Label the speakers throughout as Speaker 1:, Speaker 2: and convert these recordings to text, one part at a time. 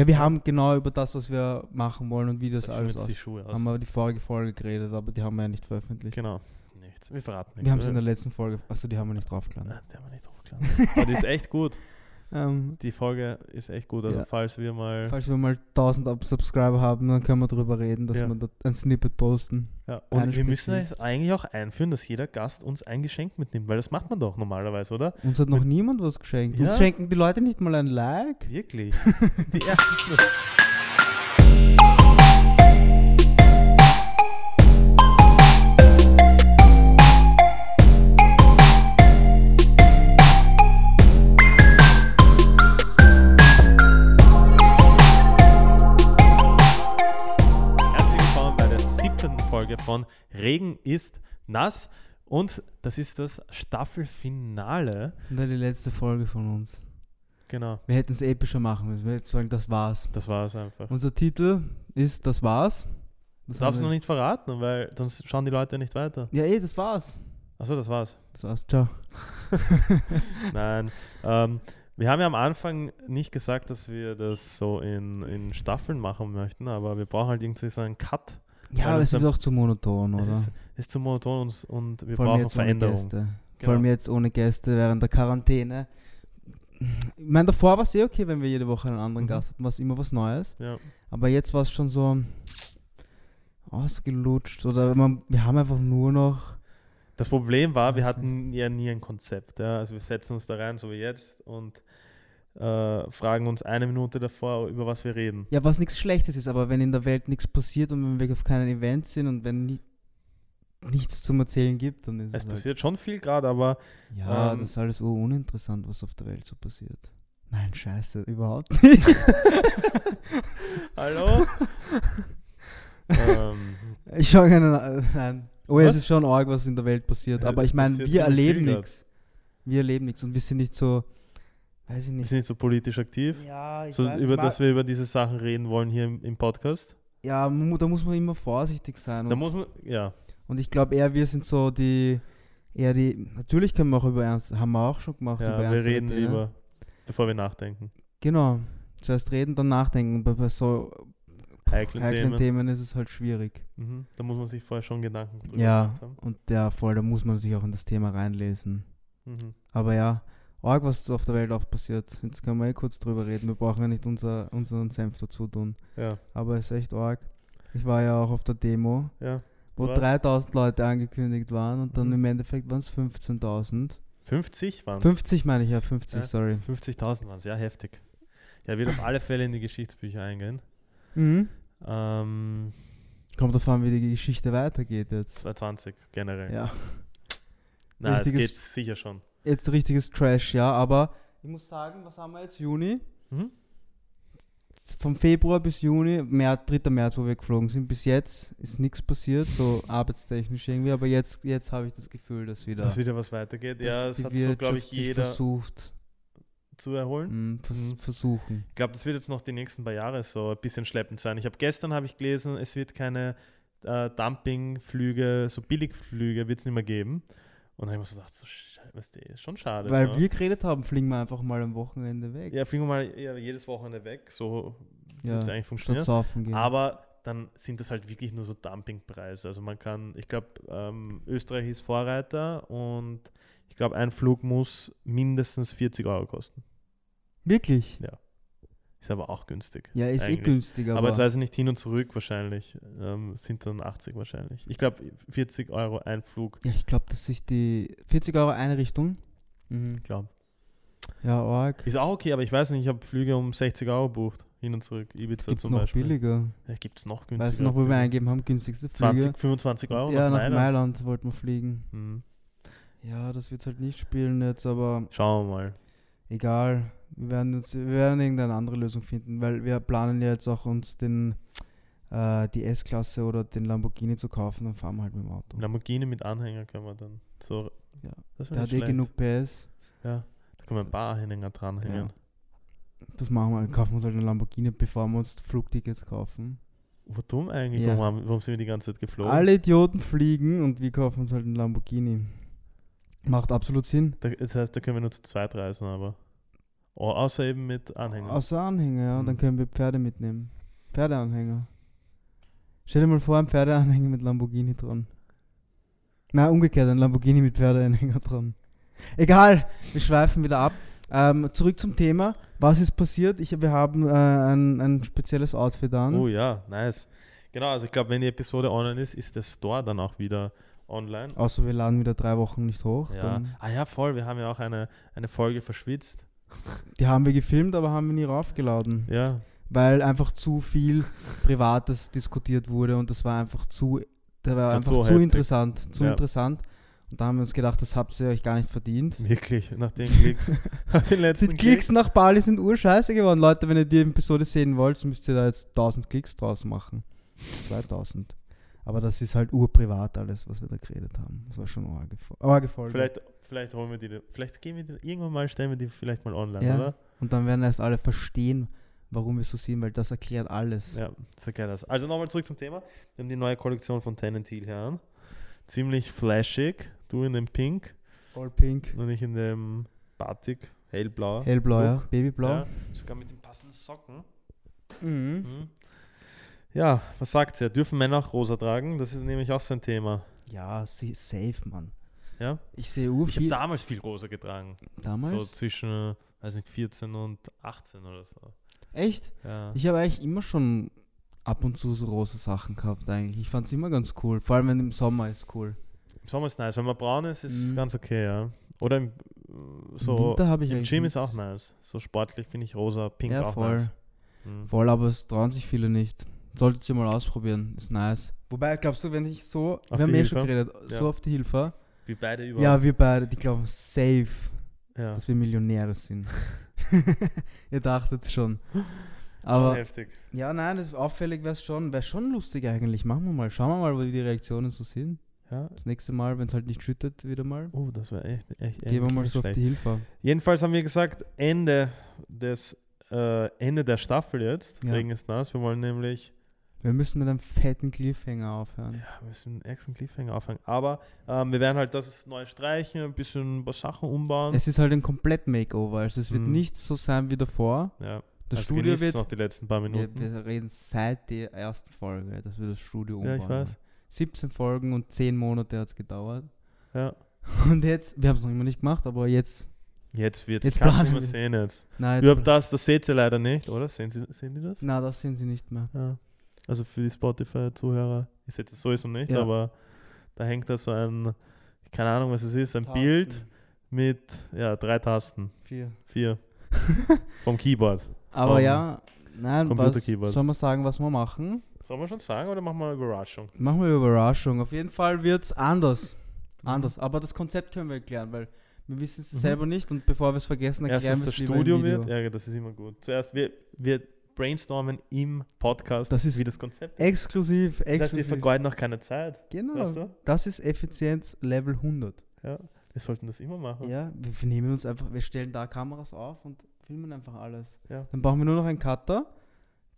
Speaker 1: Ja, wir haben genau über das, was wir machen wollen und wie das
Speaker 2: Sag schon
Speaker 1: alles
Speaker 2: jetzt die
Speaker 1: aussieht.
Speaker 2: Schuhe aus.
Speaker 1: Haben wir die vorige Folge geredet, aber die haben wir ja nicht veröffentlicht.
Speaker 2: Genau. Nichts. Wir verraten nichts.
Speaker 1: wir haben es in
Speaker 2: oder?
Speaker 1: der letzten Folge, achso, die haben wir nicht draufgeladen.
Speaker 2: Ah, die haben wir nicht hochgeladen. Aber die ist echt gut.
Speaker 1: Ähm,
Speaker 2: Die Folge ist echt gut. Also
Speaker 1: Ja.
Speaker 2: falls wir mal.
Speaker 1: falls wir mal 1000 Ab- Subscriber haben, dann können wir darüber reden, dass
Speaker 2: Ja.
Speaker 1: wir da ein Snippet posten.
Speaker 2: Ja. Und wir
Speaker 1: Einspritzen.
Speaker 2: müssen es eigentlich auch einführen, dass jeder Gast uns ein Geschenk mitnimmt, weil das macht man doch normalerweise, oder?
Speaker 1: Uns hat noch niemand was geschenkt.
Speaker 2: Ja.
Speaker 1: Uns schenken die Leute nicht mal ein Like.
Speaker 2: Wirklich. die ersten. Herzlich willkommen bei der siebten Folge von Regen ist nass. Und das ist das Staffelfinale.
Speaker 1: Und dann die letzte Folge von uns.
Speaker 2: Genau,
Speaker 1: Wir hätten es epischer machen müssen. Wir hätten sagen, das war's.
Speaker 2: das war es einfach.
Speaker 1: Unser Titel ist Das war's.
Speaker 2: Das
Speaker 1: Das
Speaker 2: darfst du noch
Speaker 1: haben
Speaker 2: nicht verraten, weil sonst schauen die Leute nicht weiter.
Speaker 1: wir- Ja, eh, das war's.
Speaker 2: Achso, das war's.
Speaker 1: Das war's. Ciao.
Speaker 2: Nein. Ähm, wir haben ja am Anfang nicht gesagt, dass wir das so in, in Staffeln machen möchten, aber wir brauchen halt irgendwie so einen Cut.
Speaker 1: Ja,
Speaker 2: Weil
Speaker 1: aber es
Speaker 2: unser-
Speaker 1: ist auch zu monoton, oder?
Speaker 2: Es ist, ist zu monoton und, und wir
Speaker 1: Vor allem
Speaker 2: brauchen
Speaker 1: jetzt ohne
Speaker 2: Veränderung.
Speaker 1: Gäste.
Speaker 2: Genau.
Speaker 1: Vor allem jetzt ohne Gäste während der Quarantäne. Ich meine, davor war es eh okay, wenn wir jede Woche einen anderen
Speaker 2: Mhm.
Speaker 1: Gast hatten, war es immer was Neues.
Speaker 2: Ja.
Speaker 1: Aber jetzt war es schon so ausgelutscht oder man, wir haben einfach nur noch.
Speaker 2: Das Problem war, wir
Speaker 1: Weiß
Speaker 2: hatten ja nie ein Konzept. Ja? Also wir setzen uns da rein, so wie jetzt, und äh, fragen uns eine Minute davor, über was wir reden.
Speaker 1: Ja, was nichts Schlechtes ist, aber wenn in der Welt nichts passiert und wenn wir auf keinen Event sind und wenn ni nichts zum Erzählen gibt, dann ist es.
Speaker 2: Es
Speaker 1: halt-
Speaker 2: passiert schon viel gerade, aber
Speaker 1: Ja,
Speaker 2: Ähm,
Speaker 1: das ist alles uninteressant, was auf der Welt so passiert. Nein, scheiße, überhaupt nicht.
Speaker 2: hallo? ähm,
Speaker 1: Ich schaue keinen. an- Nein. Oh, ja,
Speaker 2: Was?
Speaker 1: es ist schon arg, was in der Welt passiert.
Speaker 2: Ja,
Speaker 1: Aber
Speaker 2: das
Speaker 1: ich meine,
Speaker 2: passiert
Speaker 1: wir
Speaker 2: ziemlich viel
Speaker 1: erleben
Speaker 2: grad.
Speaker 1: nichts. Wir erleben nichts und wir sind nicht so. Weiß ich
Speaker 2: wir
Speaker 1: nicht.
Speaker 2: sind nicht so politisch aktiv.
Speaker 1: Ja, ich
Speaker 2: So,
Speaker 1: weiß,
Speaker 2: über
Speaker 1: ma-
Speaker 2: dass wir über diese Sachen reden wollen hier im, im Podcast.
Speaker 1: Ja, mu- da muss man immer vorsichtig sein.
Speaker 2: Da
Speaker 1: Und,
Speaker 2: muss man, ja,
Speaker 1: und ich glaube eher, wir sind so die. Eher die. Natürlich können wir auch über Ernst. Haben wir auch schon gemacht. über
Speaker 2: ja wir
Speaker 1: ernstere
Speaker 2: reden
Speaker 1: Themen.
Speaker 2: lieber, bevor wir nachdenken.
Speaker 1: Genau. Zuerst reden, dann nachdenken. Bei, bei so
Speaker 2: Heiklen
Speaker 1: heiklen
Speaker 2: Themen.
Speaker 1: Themen ist es halt schwierig.
Speaker 2: Mhm. Da muss man sich vorher schon Gedanken drüber
Speaker 1: Ja.
Speaker 2: gemacht haben.
Speaker 1: Und ja, voll, da muss man sich auch in das Thema reinlesen.
Speaker 2: Mhm.
Speaker 1: Aber ja, arg, was so auf der Welt auch passiert. Jetzt können wir eh kurz drüber reden. Wir brauchen ja nicht unser, unseren Senf dazu tun.
Speaker 2: Ja,
Speaker 1: Aber es ist echt arg. Ich war ja auch auf der Demo,
Speaker 2: ja.
Speaker 1: wo
Speaker 2: Was?
Speaker 1: 3000 Leute angekündigt waren und dann
Speaker 2: Mhm.
Speaker 1: im Endeffekt waren es 15.000.
Speaker 2: 50 waren
Speaker 1: 50 meine ich ja, 50,
Speaker 2: Ja.
Speaker 1: sorry.
Speaker 2: 50.000 waren es, ja, heftig. Ja, wird auf alle Fälle in die Geschichtsbücher eingehen.
Speaker 1: Mhm.
Speaker 2: Ähm,
Speaker 1: Kommt davon, an, wie die Geschichte weitergeht jetzt.
Speaker 2: 220 generell.
Speaker 1: Ja.
Speaker 2: Nein, es
Speaker 1: richtiges-
Speaker 2: geht sicher schon.
Speaker 1: Jetzt richtiges Trash, ja, aber ich muss sagen, was haben wir jetzt? Juni?
Speaker 2: Mhm.
Speaker 1: vom Februar bis Juni, März, 3. März, wo wir geflogen sind, bis jetzt ist nichts passiert, so arbeitstechnisch irgendwie, aber jetzt, jetzt habe ich das Gefühl, dass wieder,
Speaker 2: Dass wieder was weitergeht. ja,
Speaker 1: dass
Speaker 2: es hat so, glaube ich,
Speaker 1: Wirtschaft sich
Speaker 2: jeder
Speaker 1: versucht,
Speaker 2: zu erholen.
Speaker 1: mh, vers
Speaker 2: Mhm.
Speaker 1: versuchen.
Speaker 2: Ich glaube, das wird jetzt noch die nächsten paar Jahre so ein bisschen schleppend sein. Ich habe gestern habe ich gelesen, es wird keine äh, Dumpingflüge, so Billigflüge wird es nicht mehr geben. Und dann habe ich mir so gedacht, so scheiße, weißt du, ist schon schade.
Speaker 1: Weil
Speaker 2: so.
Speaker 1: wir geredet haben, fliegen wir einfach mal am Wochenende weg.
Speaker 2: ja, fliegen wir mal ja, jedes Wochenende weg, so
Speaker 1: Ja,
Speaker 2: wird es eigentlich
Speaker 1: Statt
Speaker 2: funktionieren.
Speaker 1: saufen gehen.
Speaker 2: Aber dann sind das halt wirklich nur so Dumpingpreise. Also man kann, ich glaube, ähm, Österreich ist Vorreiter und ich glaube, ein Flug muss mindestens 40 Euro kosten.
Speaker 1: Wirklich?
Speaker 2: Ist aber auch günstig.
Speaker 1: Ja, ist eh
Speaker 2: Eigentlich.
Speaker 1: günstiger,
Speaker 2: Aber
Speaker 1: aber,
Speaker 2: jetzt weiß ich nicht, hin und zurück wahrscheinlich. Ähm, sind dann 80 wahrscheinlich. Ich glaube, 40 Euro ein Flug.
Speaker 1: ja, ich glaube, dass sich die 40 Euro eine Richtung. Mhm.
Speaker 2: Ich glaube.
Speaker 1: Ja, arg.
Speaker 2: Ist auch okay, aber ich weiß nicht, ich habe Flüge um 60 Euro gebucht. Hin und zurück. Ibiza
Speaker 1: Gibt es
Speaker 2: zum
Speaker 1: noch
Speaker 2: Beispiel.
Speaker 1: billiger?
Speaker 2: Ja, Gibt es noch günstiger?
Speaker 1: Weißt du noch, wo wir
Speaker 2: Flüge?
Speaker 1: eingeben haben, günstigste Flüge?
Speaker 2: 20, 25 Euro
Speaker 1: ja, nach
Speaker 2: nach
Speaker 1: Mailand,
Speaker 2: Mailand.
Speaker 1: wollten wir fliegen.
Speaker 2: Mhm.
Speaker 1: Ja, das wird halt nicht spielen jetzt, aber
Speaker 2: Schauen wir mal.
Speaker 1: egal. Wir werden, jetzt, wir werden irgendeine andere Lösung finden, weil wir planen ja jetzt auch uns den, äh, die S-Klasse oder den Lamborghini zu kaufen, dann fahren wir halt mit dem Auto.
Speaker 2: Lamborghini mit Anhänger können wir dann so.
Speaker 1: Ja.
Speaker 2: Das
Speaker 1: Der
Speaker 2: wäre
Speaker 1: hat
Speaker 2: nicht
Speaker 1: eh genug
Speaker 2: schlecht.
Speaker 1: PS.
Speaker 2: Ja. Da können wir ein paar Anhänger dranhängen.
Speaker 1: Das machen wir, kaufen wir uns halt einen Lamborghini, bevor wir uns Flugtickets kaufen.
Speaker 2: Wo dumm eigentlich?
Speaker 1: Ja.
Speaker 2: Warum, haben, warum sind wir die ganze Zeit geflogen?
Speaker 1: Alle Idioten fliegen und wir kaufen uns halt einen Lamborghini. Macht absolut Sinn.
Speaker 2: Da, das heißt, da können wir nur zu zweit reisen, aber. Oh, außer eben mit Anhänger.
Speaker 1: Außer Anhänger, ja.
Speaker 2: Mhm.
Speaker 1: Dann können wir Pferde mitnehmen. Pferdeanhänger. Stell dir mal vor, ein Pferdeanhänger mit Lamborghini dran. Na, umgekehrt, ein Lamborghini mit Pferdeanhänger dran. Egal, wir schweifen wieder ab. Ähm, zurück zum Thema. Was ist passiert? Ich, wir haben äh, ein, ein spezielles Outfit an.
Speaker 2: Oh ja, nice. Genau, also ich glaube, wenn die Episode online ist, ist der Store dann auch wieder online.
Speaker 1: Außer wir laden wieder drei Wochen nicht hoch.
Speaker 2: Ja.
Speaker 1: Dann,
Speaker 2: Ah ja, voll, wir haben ja auch eine, eine Folge verschwitzt.
Speaker 1: die haben wir gefilmt, aber haben wir nie raufgeladen.
Speaker 2: Ja,
Speaker 1: weil einfach zu viel Privates diskutiert wurde und das war einfach zu, da war
Speaker 2: war
Speaker 1: einfach
Speaker 2: so
Speaker 1: zu
Speaker 2: heftig.
Speaker 1: interessant, zu
Speaker 2: Ja.
Speaker 1: interessant. Und da haben wir uns gedacht, das habt ihr euch gar nicht verdient.
Speaker 2: wirklich, nach den Klicks. nach den
Speaker 1: Die
Speaker 2: letzten
Speaker 1: Klicks nach Bali sind urscheiße geworden. Leute, wenn ihr die Episode sehen wollt, müsst ihr da jetzt 1000 Klicks draus machen. 2000. Aber das ist halt urprivat alles, was wir da geredet haben. Das war schon arge, Fo- arge Folge.
Speaker 2: Vielleicht, vielleicht holen wir die, vielleicht gehen wir die, irgendwann mal, stellen wir die vielleicht mal online,
Speaker 1: Ja.
Speaker 2: oder?
Speaker 1: Und dann werden erst alle verstehen, warum wir so sind, weil das erklärt alles.
Speaker 2: Ja, sehr geil das. Also nochmal zurück zum Thema. Wir haben die neue Kollektion von Tenant Hill her an. Ziemlich flashig. Du in dem Pink
Speaker 1: All pink,
Speaker 2: und ich in dem Batik, hellblau.
Speaker 1: hellblau, ja, babyblau.
Speaker 2: Ja, sogar mit den passenden Socken.
Speaker 1: Mhm.
Speaker 2: Mhm. Ja, was sagt ihr? Dürfen Männer auch rosa tragen? Das ist nämlich auch so ein Thema.
Speaker 1: Ja, sie safe, Mann.
Speaker 2: Ja?
Speaker 1: Ich sehe ur
Speaker 2: Ich habe
Speaker 1: viel
Speaker 2: damals viel rosa getragen.
Speaker 1: damals.
Speaker 2: So zwischen, äh, weiß nicht, 14 und 18 oder so.
Speaker 1: Echt?
Speaker 2: Ja.
Speaker 1: Ich habe eigentlich immer schon ab und zu so rosa Sachen gehabt eigentlich. Ich fand es immer ganz cool. Vor allem wenn im Sommer ist cool.
Speaker 2: Im Sommer ist nice. Wenn man braun ist, ist es
Speaker 1: Mhm.
Speaker 2: ganz okay, ja. Oder im,
Speaker 1: Im
Speaker 2: so
Speaker 1: Winter habe ich
Speaker 2: Im
Speaker 1: eigentlich
Speaker 2: Gym ist
Speaker 1: nichts.
Speaker 2: auch nice. So sportlich finde ich rosa, pink
Speaker 1: Ja,
Speaker 2: auch
Speaker 1: voll.
Speaker 2: nice. Mhm.
Speaker 1: Voll, aber es trauen sich viele nicht. Solltet ihr mal ausprobieren, ist nice. Wobei, glaubst du, wenn ich so, wir
Speaker 2: die
Speaker 1: haben eh schon
Speaker 2: Hilfe?
Speaker 1: geredet,
Speaker 2: Ja.
Speaker 1: so auf die Hilfe.
Speaker 2: Wie beide über.
Speaker 1: Ja, wir beide, die glauben safe,
Speaker 2: ja.
Speaker 1: dass wir Millionäre sind. ihr dachtet's schon.
Speaker 2: aber
Speaker 1: Aber
Speaker 2: heftig.
Speaker 1: Ja, nein, das auffällig wäre es schon, wäre schon lustig eigentlich. Machen wir mal, schauen wir mal, wo die Reaktionen so sind.
Speaker 2: Ja.
Speaker 1: Das nächste Mal, wenn es halt nicht schüttet, wieder mal.
Speaker 2: Oh, das war echt, echt, echt
Speaker 1: Gehen wir mal so auf
Speaker 2: schlecht.
Speaker 1: die Hilfe.
Speaker 2: Jedenfalls haben wir gesagt, Ende des äh, Ende der Staffel jetzt,
Speaker 1: Ja.
Speaker 2: Regen ist nass. Wir wollen nämlich,
Speaker 1: Wir müssen mit einem fetten Cliffhanger aufhören.
Speaker 2: ja, wir müssen einen extra Cliffhanger aufhängen. Aber ähm, wir werden halt das neu streichen, ein bisschen ein paar Sachen umbauen.
Speaker 1: Es ist halt ein komplett Makeover. Also es wird
Speaker 2: Mhm.
Speaker 1: nichts so sein wie davor.
Speaker 2: ja,
Speaker 1: Das
Speaker 2: also
Speaker 1: Studio
Speaker 2: genießt
Speaker 1: wird.
Speaker 2: noch die letzten paar
Speaker 1: Wir,
Speaker 2: Minuten.
Speaker 1: wir reden seit der ersten Folge, dass wir das Studio
Speaker 2: ja,
Speaker 1: umbauen.
Speaker 2: ich weiß.
Speaker 1: 17 Folgen und 10 Monate hat es gedauert.
Speaker 2: Ja.
Speaker 1: Und jetzt, wir haben es noch immer nicht gemacht, aber jetzt.
Speaker 2: Jetzt wird's.
Speaker 1: Jetzt
Speaker 2: Jetzt kannst du
Speaker 1: planen
Speaker 2: immer
Speaker 1: wir's.
Speaker 2: sehen jetzt.
Speaker 1: Nein, jetzt
Speaker 2: Überhaupt das, das seht ihr leider nicht, oder? Sehen Sie, sehen die das?
Speaker 1: na, das sehen sie nicht mehr.
Speaker 2: Ja. Also für die Spotify-Zuhörer ist jetzt sowieso nicht,
Speaker 1: Ja.
Speaker 2: aber da hängt da so ein, keine Ahnung, was es ist, ein
Speaker 1: Tasten.
Speaker 2: Bild mit ja, drei Tasten,
Speaker 1: Vier.
Speaker 2: vier. Vom Keyboard.
Speaker 1: Aber
Speaker 2: Vom
Speaker 1: ja, nein, was,
Speaker 2: Computerkeyboard.
Speaker 1: soll man sagen, was wir machen?
Speaker 2: Sollen wir schon sagen oder machen wir eine Überraschung?
Speaker 1: Machen wir eine Überraschung. Auf jeden Fall wird es anders. Anders. Aber das Konzept können wir erklären, weil wir wissen es
Speaker 2: Mhm.
Speaker 1: selber nicht und bevor wir es vergessen, erklären
Speaker 2: Erst
Speaker 1: wir
Speaker 2: dass das
Speaker 1: es lieber im
Speaker 2: Studio
Speaker 1: Video.
Speaker 2: wird, ja, das ist immer gut. Zuerst, wir, wir brainstormen im Podcast,
Speaker 1: Das ist
Speaker 2: wie das Konzept ist.
Speaker 1: Exklusiv,
Speaker 2: Das heißt, wir
Speaker 1: exklusiv.
Speaker 2: vergeuden noch keine Zeit,
Speaker 1: genau.
Speaker 2: weißt du?
Speaker 1: Das ist Effizienz Level 100.
Speaker 2: Ja, wir sollten das immer machen.
Speaker 1: Ja, wir wir nehmen uns einfach, wir stellen da Kameras auf und filmen einfach alles.
Speaker 2: Ja.
Speaker 1: Dann brauchen wir nur noch einen Cutter,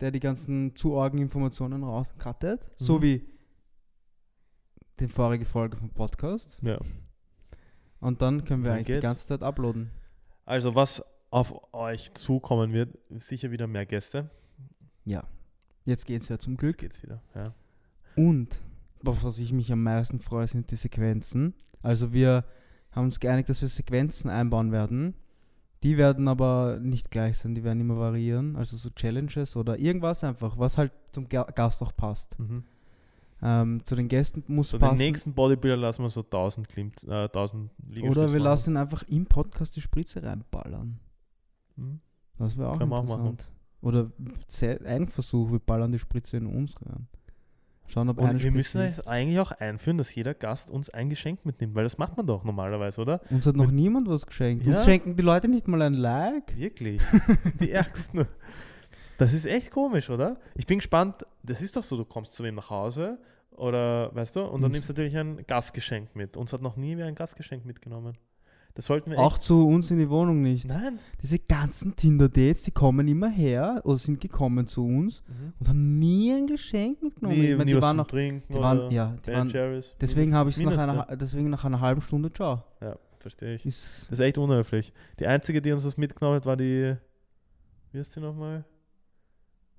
Speaker 1: der die ganzen zu argen Informationen rauscuttet,
Speaker 2: Mhm.
Speaker 1: so wie die vorige Folge vom Podcast.
Speaker 2: Ja.
Speaker 1: Und dann können wir
Speaker 2: Dann
Speaker 1: eigentlich
Speaker 2: geht's.
Speaker 1: die ganze Zeit uploaden.
Speaker 2: Also, was auf euch zukommen wird, sicher wieder mehr Gäste.
Speaker 1: Ja. Jetzt geht's ja zum Glück.
Speaker 2: Jetzt geht's wieder. Ja.
Speaker 1: Und auf was ich mich am meisten freue, sind die Sequenzen. Also wir haben uns geeinigt, dass wir Sequenzen einbauen werden. Die werden aber nicht gleich sein, die werden immer variieren. Also so Challenges oder irgendwas einfach, was halt zum Ga- Gast auch passt.
Speaker 2: Mhm.
Speaker 1: Ähm, zu den Gästen muss
Speaker 2: So den
Speaker 1: passen.
Speaker 2: nächsten Bodybuilder lassen wir so 1000, Klim äh, 1000 Liegestütze
Speaker 1: oder wir
Speaker 2: machen.
Speaker 1: lassen einfach im Podcast die Spritze reinballern.
Speaker 2: Mhm.
Speaker 1: Das wäre auch
Speaker 2: Können wir auch machen.
Speaker 1: interessant. Oder Ze- Eigenversuch, wir ballern die Spritze in uns rein. Schauen, ob eine
Speaker 2: Und wir
Speaker 1: Spritze
Speaker 2: müssen
Speaker 1: nicht-
Speaker 2: jetzt eigentlich auch einführen, dass jeder Gast uns ein Geschenk mitnimmt, weil das macht man doch normalerweise, oder?
Speaker 1: Uns hat noch niemand was geschenkt.
Speaker 2: Ja.
Speaker 1: Uns schenken die Leute nicht mal ein Like.
Speaker 2: Wirklich. Die Ärgsten. Das ist echt komisch, oder? Ich bin gespannt. Das ist doch so, du kommst zu wem nach Hause oder, weißt du, und dann
Speaker 1: Nimmst-
Speaker 2: nimmst du natürlich ein Gastgeschenk mit. Uns hat noch nie wer ein Gastgeschenk mitgenommen. Das sollten wir
Speaker 1: Auch zu uns in die Wohnung nicht.
Speaker 2: echt. Nein.
Speaker 1: Diese ganzen Tinder-Dates, die kommen immer her oder sind gekommen zu uns
Speaker 2: Mhm.
Speaker 1: und haben nie ein Geschenk mitgenommen.
Speaker 2: Nie,
Speaker 1: ich meine,
Speaker 2: nie
Speaker 1: die
Speaker 2: was
Speaker 1: waren
Speaker 2: zum
Speaker 1: noch,
Speaker 2: Trinken
Speaker 1: die waren,
Speaker 2: oder
Speaker 1: ja, die
Speaker 2: Ben
Speaker 1: waren,
Speaker 2: Jerry's.
Speaker 1: deswegen
Speaker 2: Das
Speaker 1: habe ich es nach
Speaker 2: Mindeste.
Speaker 1: einer, deswegen nach einer halben Stunde, ciao.
Speaker 2: Ja. verstehe ich.
Speaker 1: Ist
Speaker 2: Das ist echt unhöflich. Die einzige, die uns was mitgenommen hat, war die. Wie heißt die nochmal?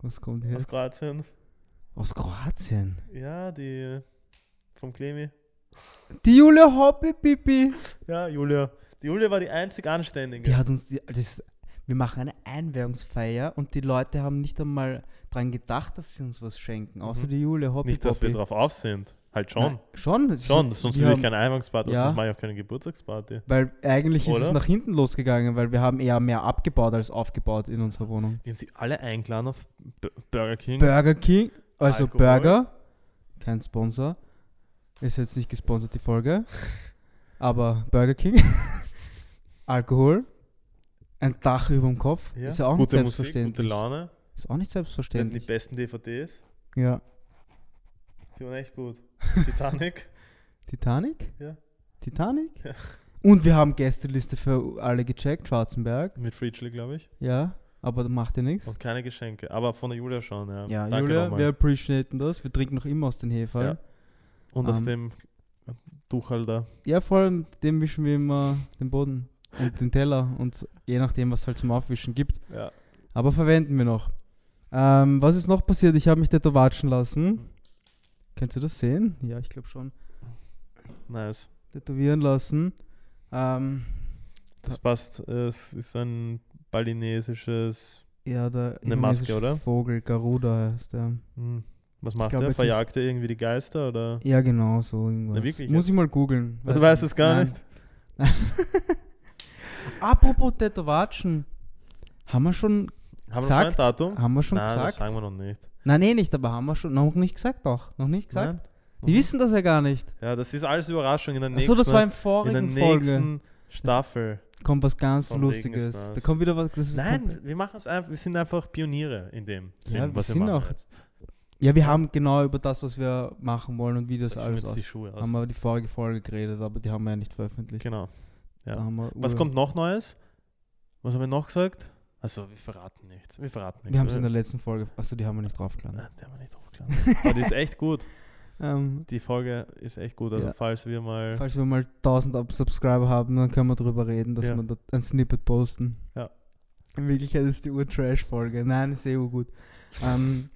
Speaker 1: Was kommt
Speaker 2: Aus
Speaker 1: jetzt?
Speaker 2: Kroatien.
Speaker 1: Aus Kroatien.
Speaker 2: Ja, die. Vom Klemi.
Speaker 1: Die Julia Hoppe, Pipi.
Speaker 2: Ja, Julia. Die Julia war die einzig Anständige.
Speaker 1: Die hat uns, die, das, wir machen eine Einweihungsfeier und die Leute haben nicht einmal dran gedacht, dass sie uns was schenken, außer
Speaker 2: Mhm.
Speaker 1: die Julia Hoppe.
Speaker 2: Nicht, dass wir drauf auf sind. Halt schon.
Speaker 1: Nein, schon. es ist-
Speaker 2: schon, sonst
Speaker 1: wir
Speaker 2: will ich
Speaker 1: haben-
Speaker 2: keine Einweihungsparty,
Speaker 1: Ja.
Speaker 2: sonst mache ich auch keine Geburtstagsparty.
Speaker 1: Weil eigentlich ist
Speaker 2: Oder?
Speaker 1: es nach hinten losgegangen, weil wir haben eher mehr abgebaut als aufgebaut in unserer Wohnung.
Speaker 2: Wir haben sie alle eingeladen auf B Burger King.
Speaker 1: Burger King, also
Speaker 2: Mhm. Alkohol.
Speaker 1: Burger, kein Sponsor. Ist jetzt nicht gesponsert die Folge. aber Burger King, Alkohol, ein Dach über dem Kopf,
Speaker 2: ja.
Speaker 1: ist ja auch
Speaker 2: gute
Speaker 1: nicht
Speaker 2: Musik,
Speaker 1: selbstverständlich.
Speaker 2: gute Laune.
Speaker 1: ist auch nicht
Speaker 2: Wir hatten die
Speaker 1: selbstverständlich.
Speaker 2: besten DVDs.
Speaker 1: Ja.
Speaker 2: Die waren echt gut. Titanic.
Speaker 1: Titanic?
Speaker 2: Ja.
Speaker 1: Titanic?
Speaker 2: Ja.
Speaker 1: Und wir haben Gästeliste für alle gecheckt, Schwarzenberg.
Speaker 2: Mit Fritzli, glaube ich.
Speaker 1: Ja, aber macht ja nichts.
Speaker 2: Und keine Geschenke. Aber von der Julia schon, ja.
Speaker 1: Ja,
Speaker 2: Danke
Speaker 1: Julia,
Speaker 2: nochmal.
Speaker 1: wir appreciaten das. Wir trinken noch immer aus den Hefern.
Speaker 2: Und aus
Speaker 1: ähm,
Speaker 2: dem halt Tuchhalter.
Speaker 1: Ja, vor allem dem wischen wir immer den Boden und den Teller und je nachdem, was es halt zum Aufwischen gibt.
Speaker 2: Ja.
Speaker 1: Aber verwenden wir noch. Ähm, was ist noch passiert? Ich habe mich tätowatschen lassen. Kannst du das sehen? Ja, ich glaube schon.
Speaker 2: Nice.
Speaker 1: Tätowieren lassen. Ähm,
Speaker 2: Das passt. Es ist ein balinesisches.
Speaker 1: ja, der
Speaker 2: Eine Maske,
Speaker 1: indonesische
Speaker 2: oder?
Speaker 1: Vogel, Garuda heißt der.
Speaker 2: Hm. Was macht
Speaker 1: glaub,
Speaker 2: er?
Speaker 1: jetzt ist-
Speaker 2: Verjagt er irgendwie die Geister oder?
Speaker 1: Ja, genau, so irgendwas.
Speaker 2: Na, wirklich
Speaker 1: Muss
Speaker 2: jetzt?
Speaker 1: ich mal googeln.
Speaker 2: Also
Speaker 1: Weiß
Speaker 2: weiß es gar
Speaker 1: Nein.
Speaker 2: nicht.
Speaker 1: Apropos Tätowatschen. Haben wir schon,
Speaker 2: Haben wir noch ein
Speaker 1: Gesagt?
Speaker 2: Datum?
Speaker 1: haben wir schon
Speaker 2: Nein, das
Speaker 1: gesagt?
Speaker 2: sagen wir noch nicht.
Speaker 1: Nein, nee, nicht, aber haben wir schon noch nicht gesagt doch. Noch nicht gesagt?
Speaker 2: Nein? Mhm.
Speaker 1: Die wissen das ja gar nicht.
Speaker 2: Ja, das ist alles Überraschung in der nächsten,
Speaker 1: Achso, das war im
Speaker 2: in der
Speaker 1: vorigen Folge.
Speaker 2: nächsten Staffel.
Speaker 1: Kommt was ganz
Speaker 2: Von wegen ist
Speaker 1: Lustiges.
Speaker 2: das.
Speaker 1: Da kommt wieder was. Das ist komplett-
Speaker 2: Nein, wir machen es einfach, wir sind einfach Pioniere in dem Sinn,
Speaker 1: Ja, wir
Speaker 2: was wir
Speaker 1: sind
Speaker 2: machen.
Speaker 1: auch-
Speaker 2: jetzt.
Speaker 1: Ja, wir haben genau über das, was wir machen wollen und wie das
Speaker 2: Jetzt schon
Speaker 1: alles
Speaker 2: jetzt die
Speaker 1: aussieht.
Speaker 2: Schuhe aus.
Speaker 1: Haben wir die vorige Folge geredet, aber die haben wir ja nicht veröffentlicht.
Speaker 2: Genau. ja.
Speaker 1: Da haben wir
Speaker 2: Was
Speaker 1: Ur-
Speaker 2: kommt noch Neues? Was haben wir noch gesagt? Also, wir verraten nichts. Wir verraten nichts.
Speaker 1: Wir haben es in
Speaker 2: oder?
Speaker 1: der letzten Folge. Achso, die haben wir nicht draufgeladen.
Speaker 2: Ah, die haben wir nicht hochgeladen. Aber die ist echt gut.
Speaker 1: Ähm,
Speaker 2: Die Folge ist echt gut. Also,
Speaker 1: Ja.
Speaker 2: falls wir mal.
Speaker 1: falls wir mal 1000 Ab- Subscriber haben, dann können wir drüber reden, dass
Speaker 2: Ja.
Speaker 1: wir da ein Snippet posten.
Speaker 2: Ja.
Speaker 1: In Wirklichkeit ist die Ur-Trash-Folge. Nein, ist eh gut. ähm,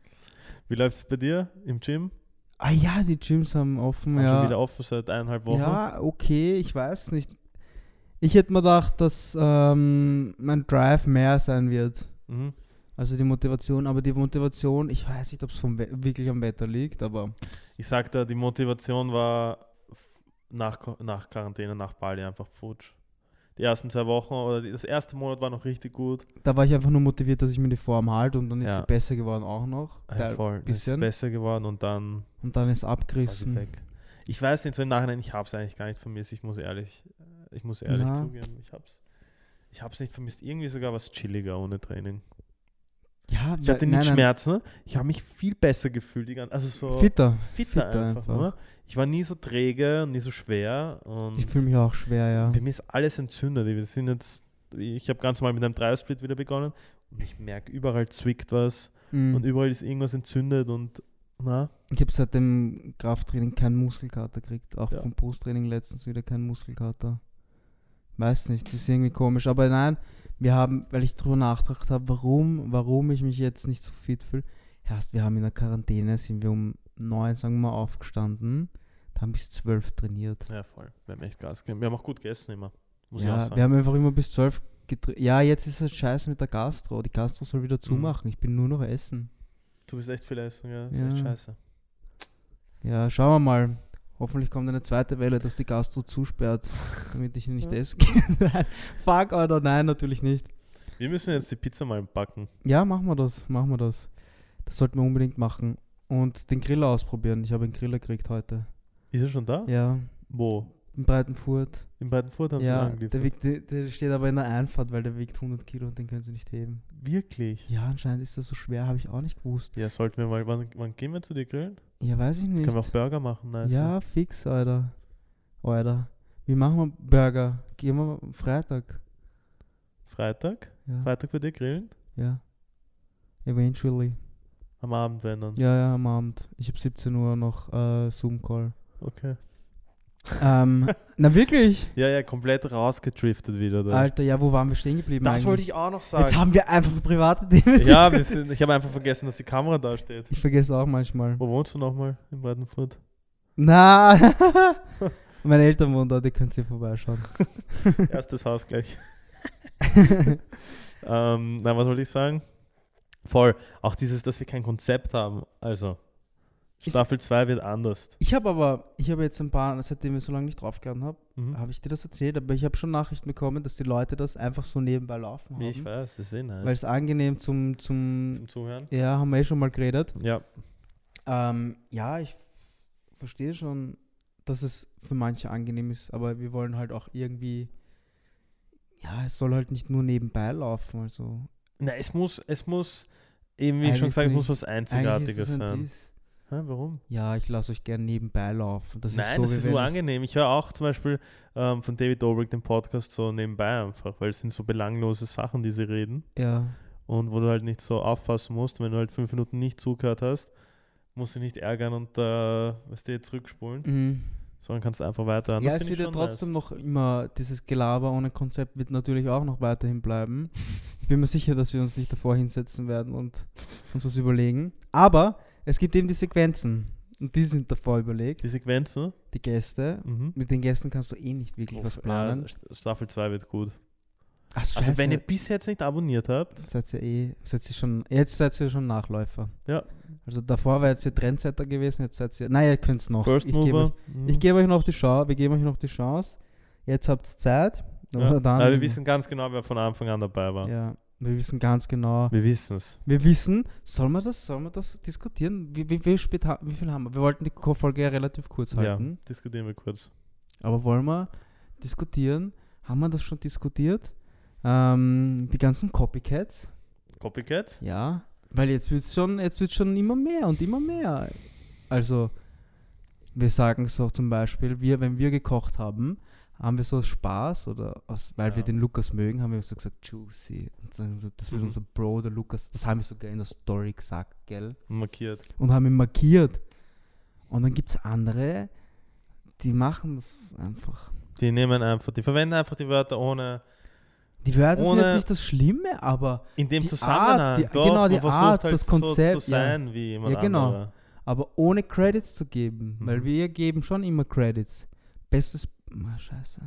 Speaker 2: Wie läuft es bei dir im Gym?
Speaker 1: ah ja, die Gyms haben offen.
Speaker 2: Haben
Speaker 1: ja.
Speaker 2: schon wieder offen seit eineinhalb Wochen.
Speaker 1: Ja, okay, ich weiß nicht. Ich hätte mir gedacht, dass ähm, mein Drive mehr sein wird.
Speaker 2: Mhm.
Speaker 1: Also die Motivation, aber die Motivation, ich weiß nicht, ob es vom We wirklich am Wetter liegt, aber
Speaker 2: Ich sag da, die Motivation war f- nach, Qu- nach Quarantäne, nach Bali einfach futsch. Die ersten zwei Wochen oder die, das erste Monat war noch richtig gut.
Speaker 1: da war ich einfach nur motiviert, dass ich mir die Form halte und dann ist
Speaker 2: Ja.
Speaker 1: sie besser geworden auch noch.
Speaker 2: Ein
Speaker 1: Teil-
Speaker 2: voll. Bisschen. Ist
Speaker 1: bisschen.
Speaker 2: besser geworden und dann
Speaker 1: Und dann ist
Speaker 2: war sie
Speaker 1: abgerissen.
Speaker 2: weg. Ich weiß nicht, so im Nachhinein, ich hab's eigentlich gar nicht vermisst. Ich muss ehrlich, ich muss ehrlich
Speaker 1: Ja.
Speaker 2: zugeben, ich hab's, ich hab's nicht vermisst. Irgendwie sogar was chilliger ohne Training.
Speaker 1: Ja,
Speaker 2: Ich
Speaker 1: weil-
Speaker 2: hatte nicht Schmerzen. ne? Ich habe mich viel besser gefühlt. die gan- Also so
Speaker 1: Fitter.
Speaker 2: fitter,
Speaker 1: fitter
Speaker 2: einfach.
Speaker 1: einfach.
Speaker 2: Nur. Ich war nie so träge, nie so schwer. Und
Speaker 1: Ich fühle mich auch schwer, ja.
Speaker 2: Bei mir ist alles entzündet. Wir sind jetzt, ich habe ganz normal mit einem Dreiersplit wieder begonnen und ich merke, überall zwickt was
Speaker 1: Mm.
Speaker 2: und überall ist irgendwas entzündet und na,
Speaker 1: Ich habe seit dem Krafttraining keinen Muskelkater gekriegt. Auch
Speaker 2: Ja.
Speaker 1: vom Brusttraining letztens wieder keinen Muskelkater. Weiß nicht, ist irgendwie komisch. Aber nein, wir haben, weil ich drüber nachgedacht habe, warum, warum ich mich jetzt nicht so fit fühle. Erst, wir haben in der Quarantäne, sind wir um neun, sagen wir mal, aufgestanden. Da haben bis zwölf trainiert.
Speaker 2: ja voll. Wir haben echt Gas gegeben. Wir haben auch gut gegessen immer. Muss ich auch
Speaker 1: ja,
Speaker 2: sagen.
Speaker 1: wir haben einfach immer bis zwölf getrainiert. Ja, jetzt ist es scheiße mit der Gastro. Die Gastro soll
Speaker 2: Mhm.
Speaker 1: wieder zumachen. Ich bin nur noch essen.
Speaker 2: du bist echt viel essen, ja. Ist
Speaker 1: Ja.
Speaker 2: echt scheiße.
Speaker 1: Ja, schauen wir mal. Hoffentlich kommt eine zweite Welle, dass die Gastro zusperrt, damit ich nicht
Speaker 2: Ja.
Speaker 1: essen kann. Nein, Fuck, Alter, nein, natürlich nicht.
Speaker 2: Wir müssen jetzt die Pizza mal backen.
Speaker 1: Ja, machen wir das, machen wir das. Das sollten wir unbedingt machen. Und den Griller ausprobieren. Ich habe einen Griller gekriegt heute.
Speaker 2: Ist er schon da?
Speaker 1: Ja,
Speaker 2: Wo?
Speaker 1: in Breitenfurt.
Speaker 2: In Baden-Furt haben
Speaker 1: ja,
Speaker 2: sie ihn
Speaker 1: der,
Speaker 2: angeliefert.
Speaker 1: wiegt, der, der steht aber in der Einfahrt, weil der wiegt 100 Kilo und den können sie nicht heben.
Speaker 2: Wirklich?
Speaker 1: Ja, anscheinend ist das so schwer, habe ich auch nicht gewusst.
Speaker 2: Ja, sollten wir mal, wann, wann gehen wir zu dir grillen?
Speaker 1: Ja, weiß ich nicht.
Speaker 2: Können wir auch Burger machen? Nice.
Speaker 1: ja, fix, Alter. Alter. Wie machen wir Burger? Gehen wir am Freitag.
Speaker 2: Freitag?
Speaker 1: Ja.
Speaker 2: Freitag bei dir grillen?
Speaker 1: Ja. Eventually.
Speaker 2: Am Abend, wenn dann.
Speaker 1: Ja, ja, am Abend. Ich habe 17 Uhr noch äh, Zoom-Call.
Speaker 2: Okay.
Speaker 1: ähm, na wirklich?
Speaker 2: Ja, ja, komplett rausgedriftet wieder. Da.
Speaker 1: Alter, ja, wo waren wir stehen geblieben?
Speaker 2: das
Speaker 1: eigentlich?
Speaker 2: wollte ich auch noch sagen.
Speaker 1: Jetzt haben wir einfach private Themen.
Speaker 2: ja, wir
Speaker 1: diskutiert.
Speaker 2: sind, ich habe einfach vergessen, dass die Kamera da steht.
Speaker 1: ich vergesse auch manchmal.
Speaker 2: Wo wohnst du nochmal? In Breitenfurt?
Speaker 1: Na, meine Eltern wohnen da, die können sie vorbeischauen.
Speaker 2: Erstes Haus gleich. ähm, nein, was wollte ich sagen? Voll. Auch dieses, dass wir kein Konzept haben. Also,
Speaker 1: Ist-
Speaker 2: Staffel 2 wird anders.
Speaker 1: Ich habe aber, ich habe jetzt ein paar, seitdem ich so lange nicht draufgegangen habe,
Speaker 2: Mhm.
Speaker 1: habe ich dir das erzählt, aber ich habe schon Nachrichten bekommen, dass die Leute das einfach so nebenbei laufen haben.
Speaker 2: Wie ich weiß, ist eh
Speaker 1: Weil
Speaker 2: nice.
Speaker 1: es angenehm zum, zum,
Speaker 2: Zum Zuhören?
Speaker 1: ja, haben wir eh schon mal geredet.
Speaker 2: Ja.
Speaker 1: Ähm, ja, ich verstehe schon, dass es für manche angenehm ist, aber wir wollen halt auch irgendwie, ja, es soll halt nicht nur nebenbei laufen, also
Speaker 2: Na, es muss, es muss, eben wie ich schon
Speaker 1: Eigentlich
Speaker 2: gesagt, es muss
Speaker 1: nicht.
Speaker 2: was
Speaker 1: eigentlich
Speaker 2: Einzigartiges
Speaker 1: ist es halt ein
Speaker 2: sein.
Speaker 1: Diss.
Speaker 2: Hä, warum?
Speaker 1: Ja, ich lasse euch gerne nebenbei laufen. Das
Speaker 2: Nein,
Speaker 1: ist
Speaker 2: das
Speaker 1: so,
Speaker 2: ist
Speaker 1: wie
Speaker 2: so
Speaker 1: wenn ich-
Speaker 2: angenehm. Ich höre auch zum Beispiel ähm, von David Dobrik den Podcast so nebenbei einfach, weil es sind so belanglose Sachen, die sie reden
Speaker 1: Ja,
Speaker 2: und wo du halt nicht so aufpassen musst. Wenn du halt fünf Minuten nicht zugehört hast, musst du dich nicht ärgern und äh, was dir zurückspulen,
Speaker 1: mhm.
Speaker 2: sondern kannst einfach weiterhören.
Speaker 1: ja
Speaker 2: Das
Speaker 1: es
Speaker 2: find
Speaker 1: wird ja
Speaker 2: ich schon nice.
Speaker 1: trotzdem noch immer, dieses Gelaber ohne Konzept wird natürlich auch noch weiterhin bleiben. Ich bin mir sicher, dass wir uns nicht davor hinsetzen werden und uns was überlegen. Aber es gibt eben die Sequenzen. Und die sind davor überlegt.
Speaker 2: Die Sequenzen. ne?
Speaker 1: Die Gäste.
Speaker 2: Mhm.
Speaker 1: Mit den Gästen kannst du eh nicht wirklich was
Speaker 2: Ja,
Speaker 1: planen.
Speaker 2: St- Staffel 2 wird gut.
Speaker 1: Ach,
Speaker 2: Also, wenn ihr
Speaker 1: scheiße.
Speaker 2: bis jetzt nicht abonniert habt,
Speaker 1: Seid ihr eh, seid ihr schon, jetzt seid ihr schon Nachläufer.
Speaker 2: Ja.
Speaker 1: Also davor war jetzt ihr Trendsetter gewesen, jetzt seid ihr, naja, ihr könnt es noch.
Speaker 2: First
Speaker 1: ich gebe euch,
Speaker 2: Mover. mhm.
Speaker 1: ich gebe euch noch die Chance, wir geben euch noch die Chance. Jetzt habt ihr Zeit.
Speaker 2: ja.
Speaker 1: Oder dann-
Speaker 2: Aber wir wissen ganz genau, wer von Anfang an dabei war.
Speaker 1: Ja, wir wissen ganz genau.
Speaker 2: Wir wissen es.
Speaker 1: Wir wissen, soll man das, soll man das diskutieren? Wie, wie, wie, spät ha wie viel haben wir? Wir wollten die Ko- Folge ja relativ kurz
Speaker 2: Ja,
Speaker 1: halten.
Speaker 2: diskutieren wir kurz.
Speaker 1: Aber wollen wir diskutieren? Haben wir das schon diskutiert? Ähm, die ganzen Copycats?
Speaker 2: Copycat?
Speaker 1: Ja. Weil jetzt wird es schon, jetzt wird's schon immer mehr und immer mehr. Also, wir sagen so zum Beispiel, wir, wenn wir gekocht haben, haben wir so aus Spaß oder aus, weil wir
Speaker 2: Ja.
Speaker 1: den Lukas mögen, haben wir so gesagt, juicy. Und sagen so, das wird
Speaker 2: Mhm.
Speaker 1: unser Bro, der Lukas. Das haben wir sogar in der Story gesagt, gell?
Speaker 2: Markiert.
Speaker 1: und haben ihn markiert. Und dann gibt es andere, die machen das einfach.
Speaker 2: Die nehmen einfach, die verwenden einfach die Wörter ohne.
Speaker 1: Die Wörter sind jetzt
Speaker 2: Ohne-
Speaker 1: nicht das Schlimme, aber,
Speaker 2: In dem
Speaker 1: Die
Speaker 2: Zusammenhang.
Speaker 1: Art, die-
Speaker 2: doch,
Speaker 1: genau, die
Speaker 2: man versucht
Speaker 1: Art,
Speaker 2: halt
Speaker 1: das
Speaker 2: so
Speaker 1: Konzept,
Speaker 2: zu sein wie jemand
Speaker 1: Ja, genau.
Speaker 2: anderer.
Speaker 1: aber ohne Credits zu geben,
Speaker 2: Mhm.
Speaker 1: weil wir geben schon immer Credits. Bestes. Ah, scheiße.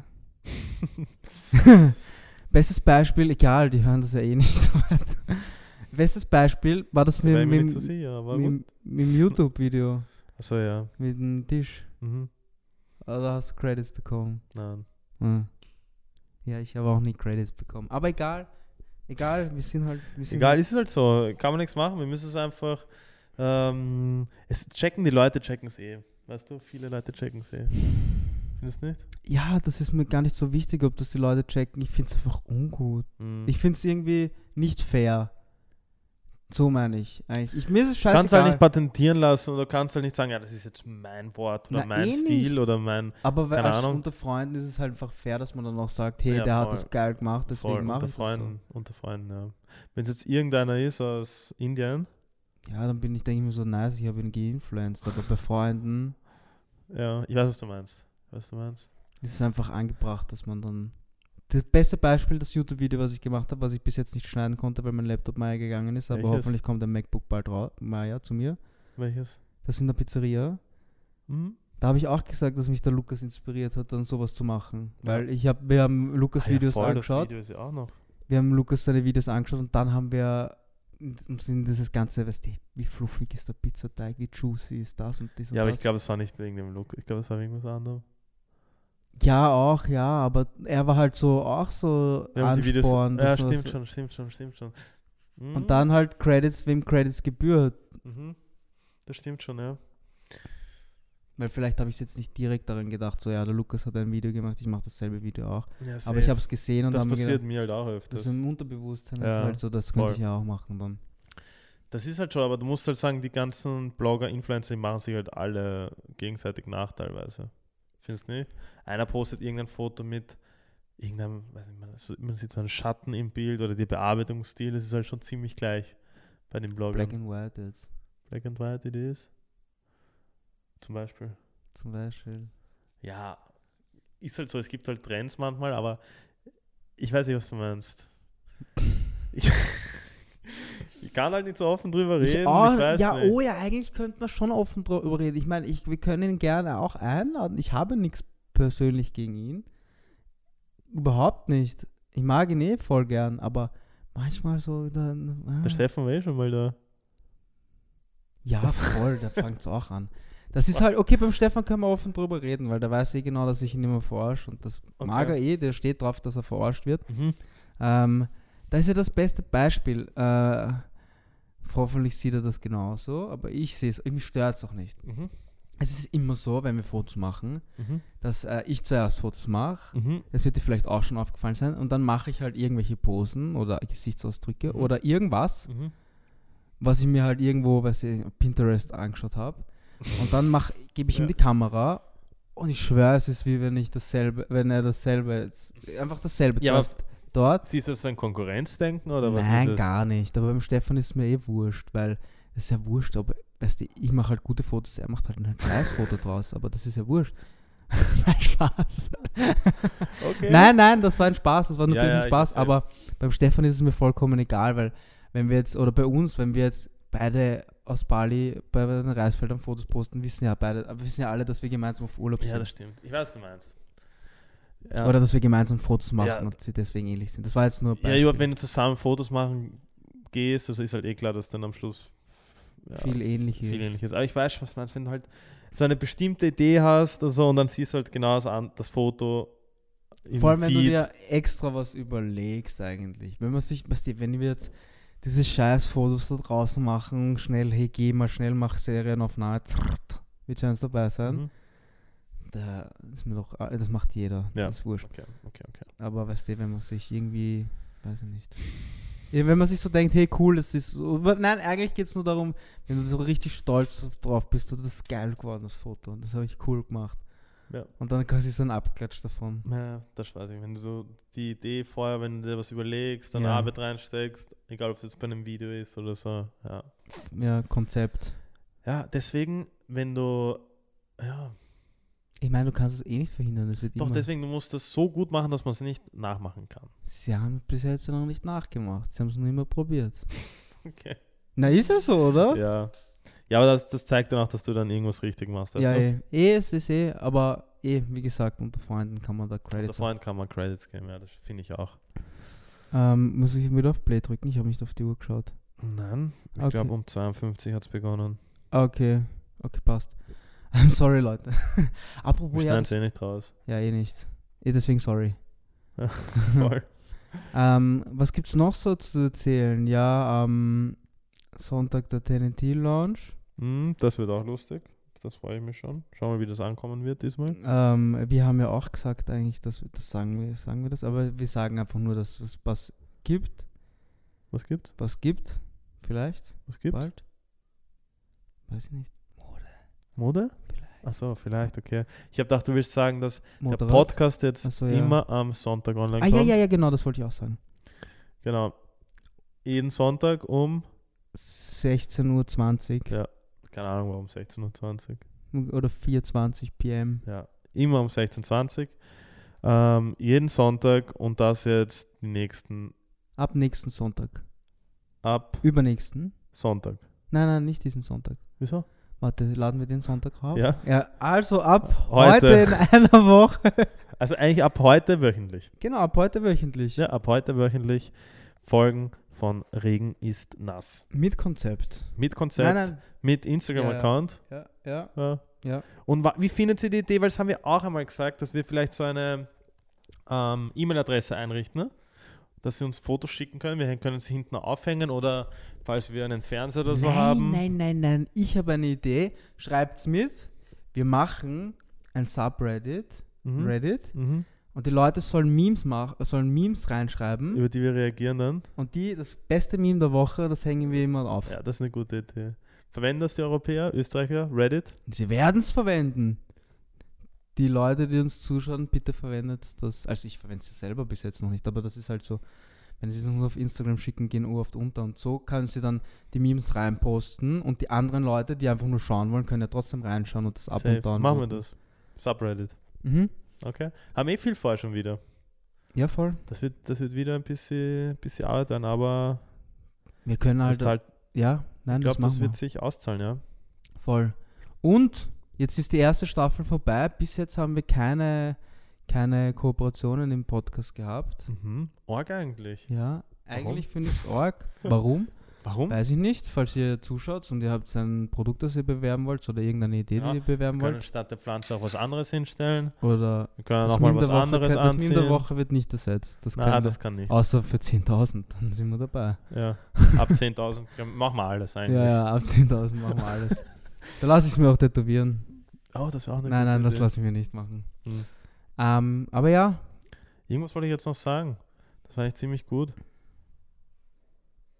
Speaker 1: Bestes Beispiel, egal, die hören das ja eh nicht. Bestes Beispiel war das
Speaker 2: Da
Speaker 1: mit,
Speaker 2: war ich mir
Speaker 1: mit,
Speaker 2: nicht so sicher, aber gut.
Speaker 1: mit, mit dem YouTube-Video,
Speaker 2: Achso, ja.
Speaker 1: mit dem Tisch.
Speaker 2: Mhm.
Speaker 1: Ah, Da hast du Credits bekommen.
Speaker 2: Nein.
Speaker 1: Ah. Ja, ich habe auch nie Credits bekommen. Aber egal. Egal, wir sind halt. Wir sind
Speaker 2: Egal,
Speaker 1: halt,
Speaker 2: ist es halt so. Kann man nichts machen. Wir müssen es einfach. Ähm, es checken die Leute, checken es eh. Weißt du, viele Leute checken es eh. Findest du nicht?
Speaker 1: Ja, das ist mir gar nicht so wichtig, ob das die Leute checken. Ich finde es einfach ungut.
Speaker 2: Mhm.
Speaker 1: Ich finde es irgendwie nicht fair. So meine ich eigentlich. Ich, mir ist es
Speaker 2: Du
Speaker 1: scheißegal.
Speaker 2: kannst halt nicht patentieren lassen oder kannst halt nicht sagen, ja, das ist jetzt mein Wort oder
Speaker 1: Na,
Speaker 2: mein
Speaker 1: eh
Speaker 2: Stil
Speaker 1: nicht.
Speaker 2: oder mein.
Speaker 1: aber weil
Speaker 2: keine
Speaker 1: als
Speaker 2: Ahnung.
Speaker 1: unter Freunden ist es halt einfach fair, dass man dann auch sagt, hey,
Speaker 2: Ja,
Speaker 1: der hat
Speaker 2: voll.
Speaker 1: das geil gemacht,
Speaker 2: Voll,
Speaker 1: deswegen mache
Speaker 2: unter
Speaker 1: ich das so.
Speaker 2: Freunden. Unter Freunden, ja. Wenn es jetzt irgendeiner ist aus Indien,
Speaker 1: Ja, dann bin ich, denke ich mir so, nice, ich habe ihn geinfluenced. Aber bei Freunden
Speaker 2: ja, ich weiß, was du meinst. Was du meinst.
Speaker 1: Es ist einfach angebracht, dass man dann. Das beste Beispiel, das YouTube-Video, was ich gemacht habe, was ich bis jetzt nicht schneiden konnte, weil mein Laptop Maya gegangen ist, aber
Speaker 2: Welches?
Speaker 1: hoffentlich kommt ein MacBook bald raus, Maya zu mir.
Speaker 2: Welches?
Speaker 1: Das ist in der Pizzeria.
Speaker 2: Mhm.
Speaker 1: Da habe ich auch gesagt, dass mich der Lukas inspiriert hat, dann sowas zu machen.
Speaker 2: Ja.
Speaker 1: Weil ich habe, wir haben Lukas
Speaker 2: Ah ja,
Speaker 1: Videos
Speaker 2: voll, Das
Speaker 1: angeschaut,
Speaker 2: Video ist ja auch noch.
Speaker 1: wir haben Lukas seine Videos angeschaut und dann haben wir uns in dieses ganze, weißt du, wie fluffig ist der Pizzateig, wie juicy ist das und das und
Speaker 2: Ja, aber
Speaker 1: das.
Speaker 2: ich glaube, es war nicht wegen dem Look. Ich glaube, es war wegen was anderem.
Speaker 1: ja, auch, ja, aber er war halt so, auch so
Speaker 2: Wir haben die Videos.
Speaker 1: Ansporn.
Speaker 2: Ja,
Speaker 1: dass er
Speaker 2: stimmt
Speaker 1: so,
Speaker 2: schon, stimmt schon, stimmt schon. Mhm.
Speaker 1: Und dann halt Credits, wem Credits gebührt.
Speaker 2: Mhm. Das stimmt schon, ja.
Speaker 1: Weil vielleicht habe ich es jetzt nicht direkt daran gedacht, so ja, der Lukas hat ein Video gemacht, ich mache dasselbe Video auch.
Speaker 2: ja
Speaker 1: Aber
Speaker 2: safe.
Speaker 1: ich habe es gesehen und
Speaker 2: Das
Speaker 1: dann
Speaker 2: passiert
Speaker 1: gedacht,
Speaker 2: mir halt auch
Speaker 1: das
Speaker 2: öfters.
Speaker 1: ist im Unterbewusstsein, das
Speaker 2: Ja,
Speaker 1: ist halt so, das könnte
Speaker 2: voll.
Speaker 1: ich ja auch machen dann.
Speaker 2: Das ist halt schon, aber du musst halt sagen, die ganzen Blogger, Influencer, die machen sich halt alle gegenseitig nach teilweise. Findest du nicht? Einer postet irgendein Foto mit irgendeinem, weiß nicht, man, so, man sieht so einen Schatten im Bild oder die Bearbeitungsstil, das ist halt schon ziemlich gleich bei den Bloggern.
Speaker 1: Black
Speaker 2: Black,
Speaker 1: and White jetzt
Speaker 2: and White it is. Zum Beispiel.
Speaker 1: zum Beispiel.
Speaker 2: Ja, ist halt so, es gibt halt Trends manchmal, aber ich weiß nicht, was du meinst. Ich, ich kann halt nicht so offen drüber reden. Ich,
Speaker 1: auch,
Speaker 2: weiß
Speaker 1: ja,
Speaker 2: nicht.
Speaker 1: oh ja, eigentlich könnte man schon offen drüber reden. Ich meine, ich, wir können ihn gerne auch einladen. Ich habe nichts persönlich gegen ihn. Überhaupt nicht. Ich mag ihn eh voll gern, aber manchmal so dann. ah.
Speaker 2: Der Stefan war eh schon mal da.
Speaker 1: Ja, voll, da fängt es auch an. Das ist halt, okay, beim Stefan können wir offen drüber reden, weil der weiß eh genau, dass ich ihn immer verarsche und das
Speaker 2: Okay.
Speaker 1: mag er eh, der steht drauf, dass er verarscht wird.
Speaker 2: Mhm.
Speaker 1: Ähm, da ist ja das beste Beispiel. Äh, hoffentlich sieht er das genauso, aber ich sehe es, irgendwie stört es auch nicht.
Speaker 2: Mhm.
Speaker 1: Es ist immer so, wenn wir Fotos machen,
Speaker 2: Mhm.
Speaker 1: dass äh, ich zuerst Fotos mache,
Speaker 2: Mhm.
Speaker 1: das wird dir vielleicht auch schon aufgefallen sein, und dann mache ich halt irgendwelche Posen oder Gesichtsausdrücke
Speaker 2: Mhm.
Speaker 1: oder irgendwas,
Speaker 2: Mhm.
Speaker 1: was ich mir halt irgendwo, weiß ich, auf Pinterest angeschaut habe. Und dann mach- gebe ich ihm
Speaker 2: Ja.
Speaker 1: die Kamera und ich schwöre, es ist wie wenn ich dasselbe, wenn er dasselbe, jetzt, einfach dasselbe
Speaker 2: Ja, aber-
Speaker 1: zuerst dort.
Speaker 2: Siehst du das so ein Konkurrenzdenken oder was
Speaker 1: Nein,
Speaker 2: ist das?
Speaker 1: gar nicht. Aber beim Stefan ist mir eh wurscht, weil es ist ja wurscht, ob, weißt du, ich mache halt gute Fotos, er macht halt ein Scheißfoto draus, aber das ist ja wurscht. Nein, Spaß.
Speaker 2: Okay.
Speaker 1: Nein, nein, das war ein Spaß, das war
Speaker 2: Ja,
Speaker 1: natürlich
Speaker 2: ja,
Speaker 1: ein
Speaker 2: ich
Speaker 1: Spaß,
Speaker 2: verstehe.
Speaker 1: aber beim Stefan ist es mir vollkommen egal, weil wenn wir jetzt, oder bei uns, wenn wir jetzt beide aus Bali bei den Reisfeldern Fotos posten, wissen ja beide, wissen ja alle, dass wir gemeinsam auf Urlaub
Speaker 2: Ja,
Speaker 1: sind.
Speaker 2: das stimmt. Ich weiß, was du meinst. Ja.
Speaker 1: Oder dass wir gemeinsam Fotos machen
Speaker 2: Ja.
Speaker 1: und sie deswegen ähnlich sind. Das war jetzt nur ein
Speaker 2: ja, überhaupt,
Speaker 1: Beispiel.
Speaker 2: wenn du zusammen Fotos machen gehst, also ist halt eh klar, dass dann am Schluss ja,
Speaker 1: viel ähnliches.
Speaker 2: viel ähnliches. Aber ich weiß schon, was du meinst, wenn du halt so eine bestimmte Idee hast also, und dann siehst du halt genau das, an, das Foto im
Speaker 1: Vor allem, wenn du
Speaker 2: Feed. Mhm.
Speaker 1: dir extra was überlegst eigentlich. Wenn man sich, weißt du, wenn wir jetzt diese scheiß Fotos da draußen machen, schnell, hey, geh mal schnell, mach Serienaufnahme, zrrt, wird schon eins dabei sein.
Speaker 2: Mhm.
Speaker 1: Da ist mir doch, das macht jeder,
Speaker 2: Ja.
Speaker 1: das ist wurscht.
Speaker 2: Okay, okay, okay.
Speaker 1: Aber weißt du, wenn man sich irgendwie, weiß ich nicht. Ja, Wenn man sich so denkt, hey cool, das ist so. aber Nein, eigentlich geht es nur darum, wenn du so richtig stolz drauf bist, so, das ist geil geworden, das Foto. Und das habe ich cool gemacht.
Speaker 2: Ja.
Speaker 1: Und dann kannst du so einen Abklatsch davon.
Speaker 2: Ja, das weiß ich. Wenn du so die Idee vorher, wenn du dir was überlegst, dann
Speaker 1: Ja.
Speaker 2: Arbeit reinsteckst, egal ob es jetzt bei einem Video ist oder so. Ja,
Speaker 1: Ja, Konzept.
Speaker 2: ja deswegen, wenn du ja,
Speaker 1: Ich meine, du kannst es eh nicht verhindern. Es wird
Speaker 2: Doch,
Speaker 1: immer.
Speaker 2: deswegen, du musst das so gut machen, dass man es nicht nachmachen kann.
Speaker 1: Sie haben bis jetzt noch nicht nachgemacht. Sie haben es noch immer probiert.
Speaker 2: Okay.
Speaker 1: Na, ist ja so, oder?
Speaker 2: Ja. Ja, aber das, das zeigt dann auch, dass du dann irgendwas richtig machst.
Speaker 1: ja
Speaker 2: du?
Speaker 1: eh. eh, es ist eh, aber eh, wie gesagt, unter Freunden kann man da
Speaker 2: Unter
Speaker 1: Credits haben.
Speaker 2: Freunden kann man Credits geben, ja, das finde ich auch.
Speaker 1: Ähm, muss ich wieder auf Play drücken? Ich habe nicht auf die Uhr geschaut.
Speaker 2: Nein, ich
Speaker 1: Okay.
Speaker 2: glaube, um 52 hat es begonnen.
Speaker 1: Ah, Okay, okay, passt. I'm sorry, Leute.
Speaker 2: Wir
Speaker 1: Apropos, ja,
Speaker 2: schneiden
Speaker 1: das,
Speaker 2: es eh nicht raus.
Speaker 1: ja, eh nicht. Eh, deswegen sorry.
Speaker 2: Voll.
Speaker 1: Ähm, was gibt's noch so zu erzählen? Ja, am Sonntag der TNT-Launch.
Speaker 2: Hm, das wird auch lustig. Das freue ich mich schon. Schauen wir, wie das ankommen wird diesmal.
Speaker 1: Ähm, wir haben ja auch gesagt eigentlich, dass wir, das sagen wir, sagen wir das, aber wir sagen einfach nur, dass es was gibt,
Speaker 2: Was gibt's?
Speaker 1: was gibt, vielleicht,
Speaker 2: Was gibt's?
Speaker 1: bald. Weiß ich nicht.
Speaker 2: Mode? Achso, vielleicht, okay. Ich habe gedacht, du willst sagen, dass der
Speaker 1: Moderat.
Speaker 2: Podcast jetzt
Speaker 1: Ach so, ja.
Speaker 2: immer am Sonntag online
Speaker 1: Ah,
Speaker 2: kommt.
Speaker 1: ja, ja, ja, genau, das wollte ich auch sagen.
Speaker 2: Genau. Jeden Sonntag um
Speaker 1: 16.20 Uhr.
Speaker 2: keine Ahnung, warum 16.20 Uhr.
Speaker 1: oder 4.20 pm.
Speaker 2: Ja, immer um 16.20 Uhr. Ähm, jeden Sonntag und das jetzt die nächsten
Speaker 1: Ab nächsten Sonntag.
Speaker 2: ab
Speaker 1: Übernächsten?
Speaker 2: Sonntag.
Speaker 1: Nein, nein, nicht diesen Sonntag.
Speaker 2: Wieso?
Speaker 1: Warte, laden wir den Sonntag rauf?
Speaker 2: Ja.
Speaker 1: also ab heute.
Speaker 2: Heute.
Speaker 1: in einer Woche.
Speaker 2: Also eigentlich ab heute wöchentlich.
Speaker 1: genau, ab heute wöchentlich.
Speaker 2: Ja, ab heute wöchentlich Folgen von Regen ist nass.
Speaker 1: Mit Konzept.
Speaker 2: Mit Konzept,
Speaker 1: Nein, nein.
Speaker 2: mit Instagram-Account.
Speaker 1: Ja, ja.
Speaker 2: Ja.
Speaker 1: Ja.
Speaker 2: Und wa- wie findet ihr die Idee? Weil das haben wir auch einmal gesagt, dass wir vielleicht so eine ähm, E-Mail-Adresse einrichten, ne? dass sie uns Fotos schicken können. Wir können sie hinten aufhängen oder falls wir einen Fernseher oder so
Speaker 1: nein,
Speaker 2: haben.
Speaker 1: nein, nein, nein. Ich habe eine Idee. Schreibt's mit. Wir machen ein Subreddit.
Speaker 2: Mhm.
Speaker 1: Reddit.
Speaker 2: Mhm.
Speaker 1: Und die Leute sollen Memes machen, sollen Memes reinschreiben.
Speaker 2: Über die wir reagieren dann.
Speaker 1: Und die, das beste Meme der Woche, das hängen wir immer auf.
Speaker 2: Ja, das ist eine gute Idee. Verwenden das die Europäer, Österreicher, Reddit?
Speaker 1: Sie werden es verwenden. Die Leute, die uns zuschauen, bitte verwendet das. Also ich verwende es selber bis jetzt noch nicht, aber das ist halt so, wenn sie es uns auf Instagram schicken, gehen oft unter. Und so können sie dann die Memes reinposten und die anderen Leute, die einfach nur schauen wollen, können ja trotzdem reinschauen und das ab
Speaker 2: Safe.
Speaker 1: und down.
Speaker 2: Machen wir das. Subreddit.
Speaker 1: Mhm.
Speaker 2: Okay. Haben eh viel vor schon wieder.
Speaker 1: Ja, voll.
Speaker 2: Das wird, das wird wieder ein bisschen, bisschen Arbeit werden, aber
Speaker 1: Wir können
Speaker 2: das
Speaker 1: halt.
Speaker 2: zahlt,
Speaker 1: ja, nein,
Speaker 2: ich glaube,
Speaker 1: das machen
Speaker 2: das wird
Speaker 1: wir.
Speaker 2: sich auszahlen, ja.
Speaker 1: Voll. Und jetzt ist die erste Staffel vorbei. Bis jetzt haben wir keine, keine Kooperationen im Podcast gehabt.
Speaker 2: Mhm. Org eigentlich.
Speaker 1: Ja, eigentlich finde ich es arg. Warum?
Speaker 2: Warum?
Speaker 1: Weiß ich nicht. Falls ihr zuschaut und ihr habt ein Produkt, das ihr bewerben wollt oder irgendeine Idee,
Speaker 2: Ja,
Speaker 1: die ihr bewerben
Speaker 2: Wir können
Speaker 1: wollt,
Speaker 2: statt der Pflanze auch was anderes hinstellen.
Speaker 1: oder
Speaker 2: Wir können
Speaker 1: das
Speaker 2: auch mal
Speaker 1: Meme
Speaker 2: was
Speaker 1: der Woche,
Speaker 2: anderes
Speaker 1: kann- das Meme
Speaker 2: anziehen.
Speaker 1: der Woche wird nicht ersetzt. Das Ah.
Speaker 2: Nein,
Speaker 1: können
Speaker 2: das kann nicht.
Speaker 1: wir, außer für 10.000, dann sind wir dabei.
Speaker 2: Ja. Ab 10.000 können- machen wir alles eigentlich.
Speaker 1: Ja, ja, ab 10.000 machen wir alles. da lasse ich es mir auch tätowieren.
Speaker 2: Oh, das war auch eine
Speaker 1: Nein,
Speaker 2: gute
Speaker 1: nein, das
Speaker 2: Idee.
Speaker 1: lasse ich mir nicht machen.
Speaker 2: Hm.
Speaker 1: Ähm, aber ja,
Speaker 2: Irgendwas wollte ich jetzt noch sagen. Das war echt ziemlich gut.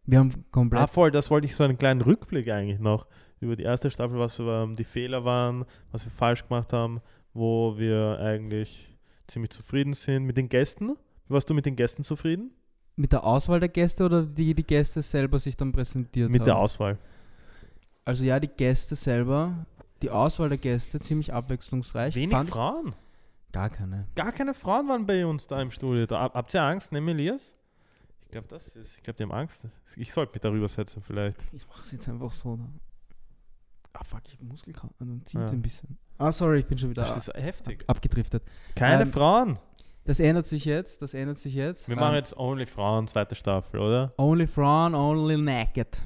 Speaker 1: wir haben komplett.
Speaker 2: Ah, voll, das wollte ich so einen kleinen Rückblick eigentlich noch über die erste Staffel, was ähm, die Fehler waren, was wir falsch gemacht haben, wo wir eigentlich ziemlich zufrieden sind mit den Gästen. Warst du mit den Gästen zufrieden?
Speaker 1: mit der Auswahl der Gäste oder die die Gäste selber sich dann präsentiert
Speaker 2: Mit
Speaker 1: haben?
Speaker 2: der Auswahl.
Speaker 1: also ja, die Gäste selber, die Auswahl der Gäste ziemlich abwechslungsreich.
Speaker 2: Wenig
Speaker 1: Fand ich-
Speaker 2: Frauen.
Speaker 1: Gar keine.
Speaker 2: Gar keine Frauen waren bei uns da im Studio. Da, habt ihr Angst, ne, Elias? Ich glaube, das ist. Ich glaube, die haben Angst. Ich sollte mich darüber setzen, vielleicht.
Speaker 1: Ich mach's jetzt einfach so. Ne? Ah fuck, ich hab Muskelkater. Dann zieht
Speaker 2: Ja.
Speaker 1: ein bisschen. Ah sorry, ich bin schon wieder
Speaker 2: Das ist heftig.
Speaker 1: abgedriftet.
Speaker 2: Keine
Speaker 1: Ähm,
Speaker 2: Frauen.
Speaker 1: Das ändert sich jetzt, das ändert sich jetzt.
Speaker 2: Wir
Speaker 1: Ähm,
Speaker 2: machen jetzt Only Frauen, zweite Staffel, oder?
Speaker 1: Only Frauen, only naked.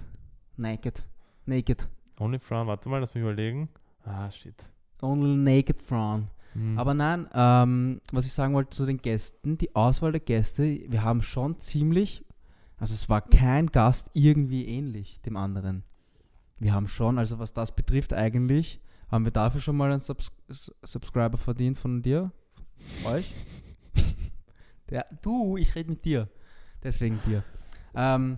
Speaker 1: Naked. Naked.
Speaker 2: Only Frauen, warte mal, lass mich überlegen. Ah, shit.
Speaker 1: Only naked Frauen.
Speaker 2: Hm.
Speaker 1: Aber nein, ähm, was ich sagen wollte zu den Gästen, die Auswahl der Gäste, wir haben schon ziemlich, also es war kein Gast irgendwie ähnlich dem anderen. Wir haben schon, also was das betrifft eigentlich, haben wir dafür schon mal einen Subs S- Subscriber verdient von dir, von euch. Der, du, ich rede mit dir, deswegen dir. Ähm,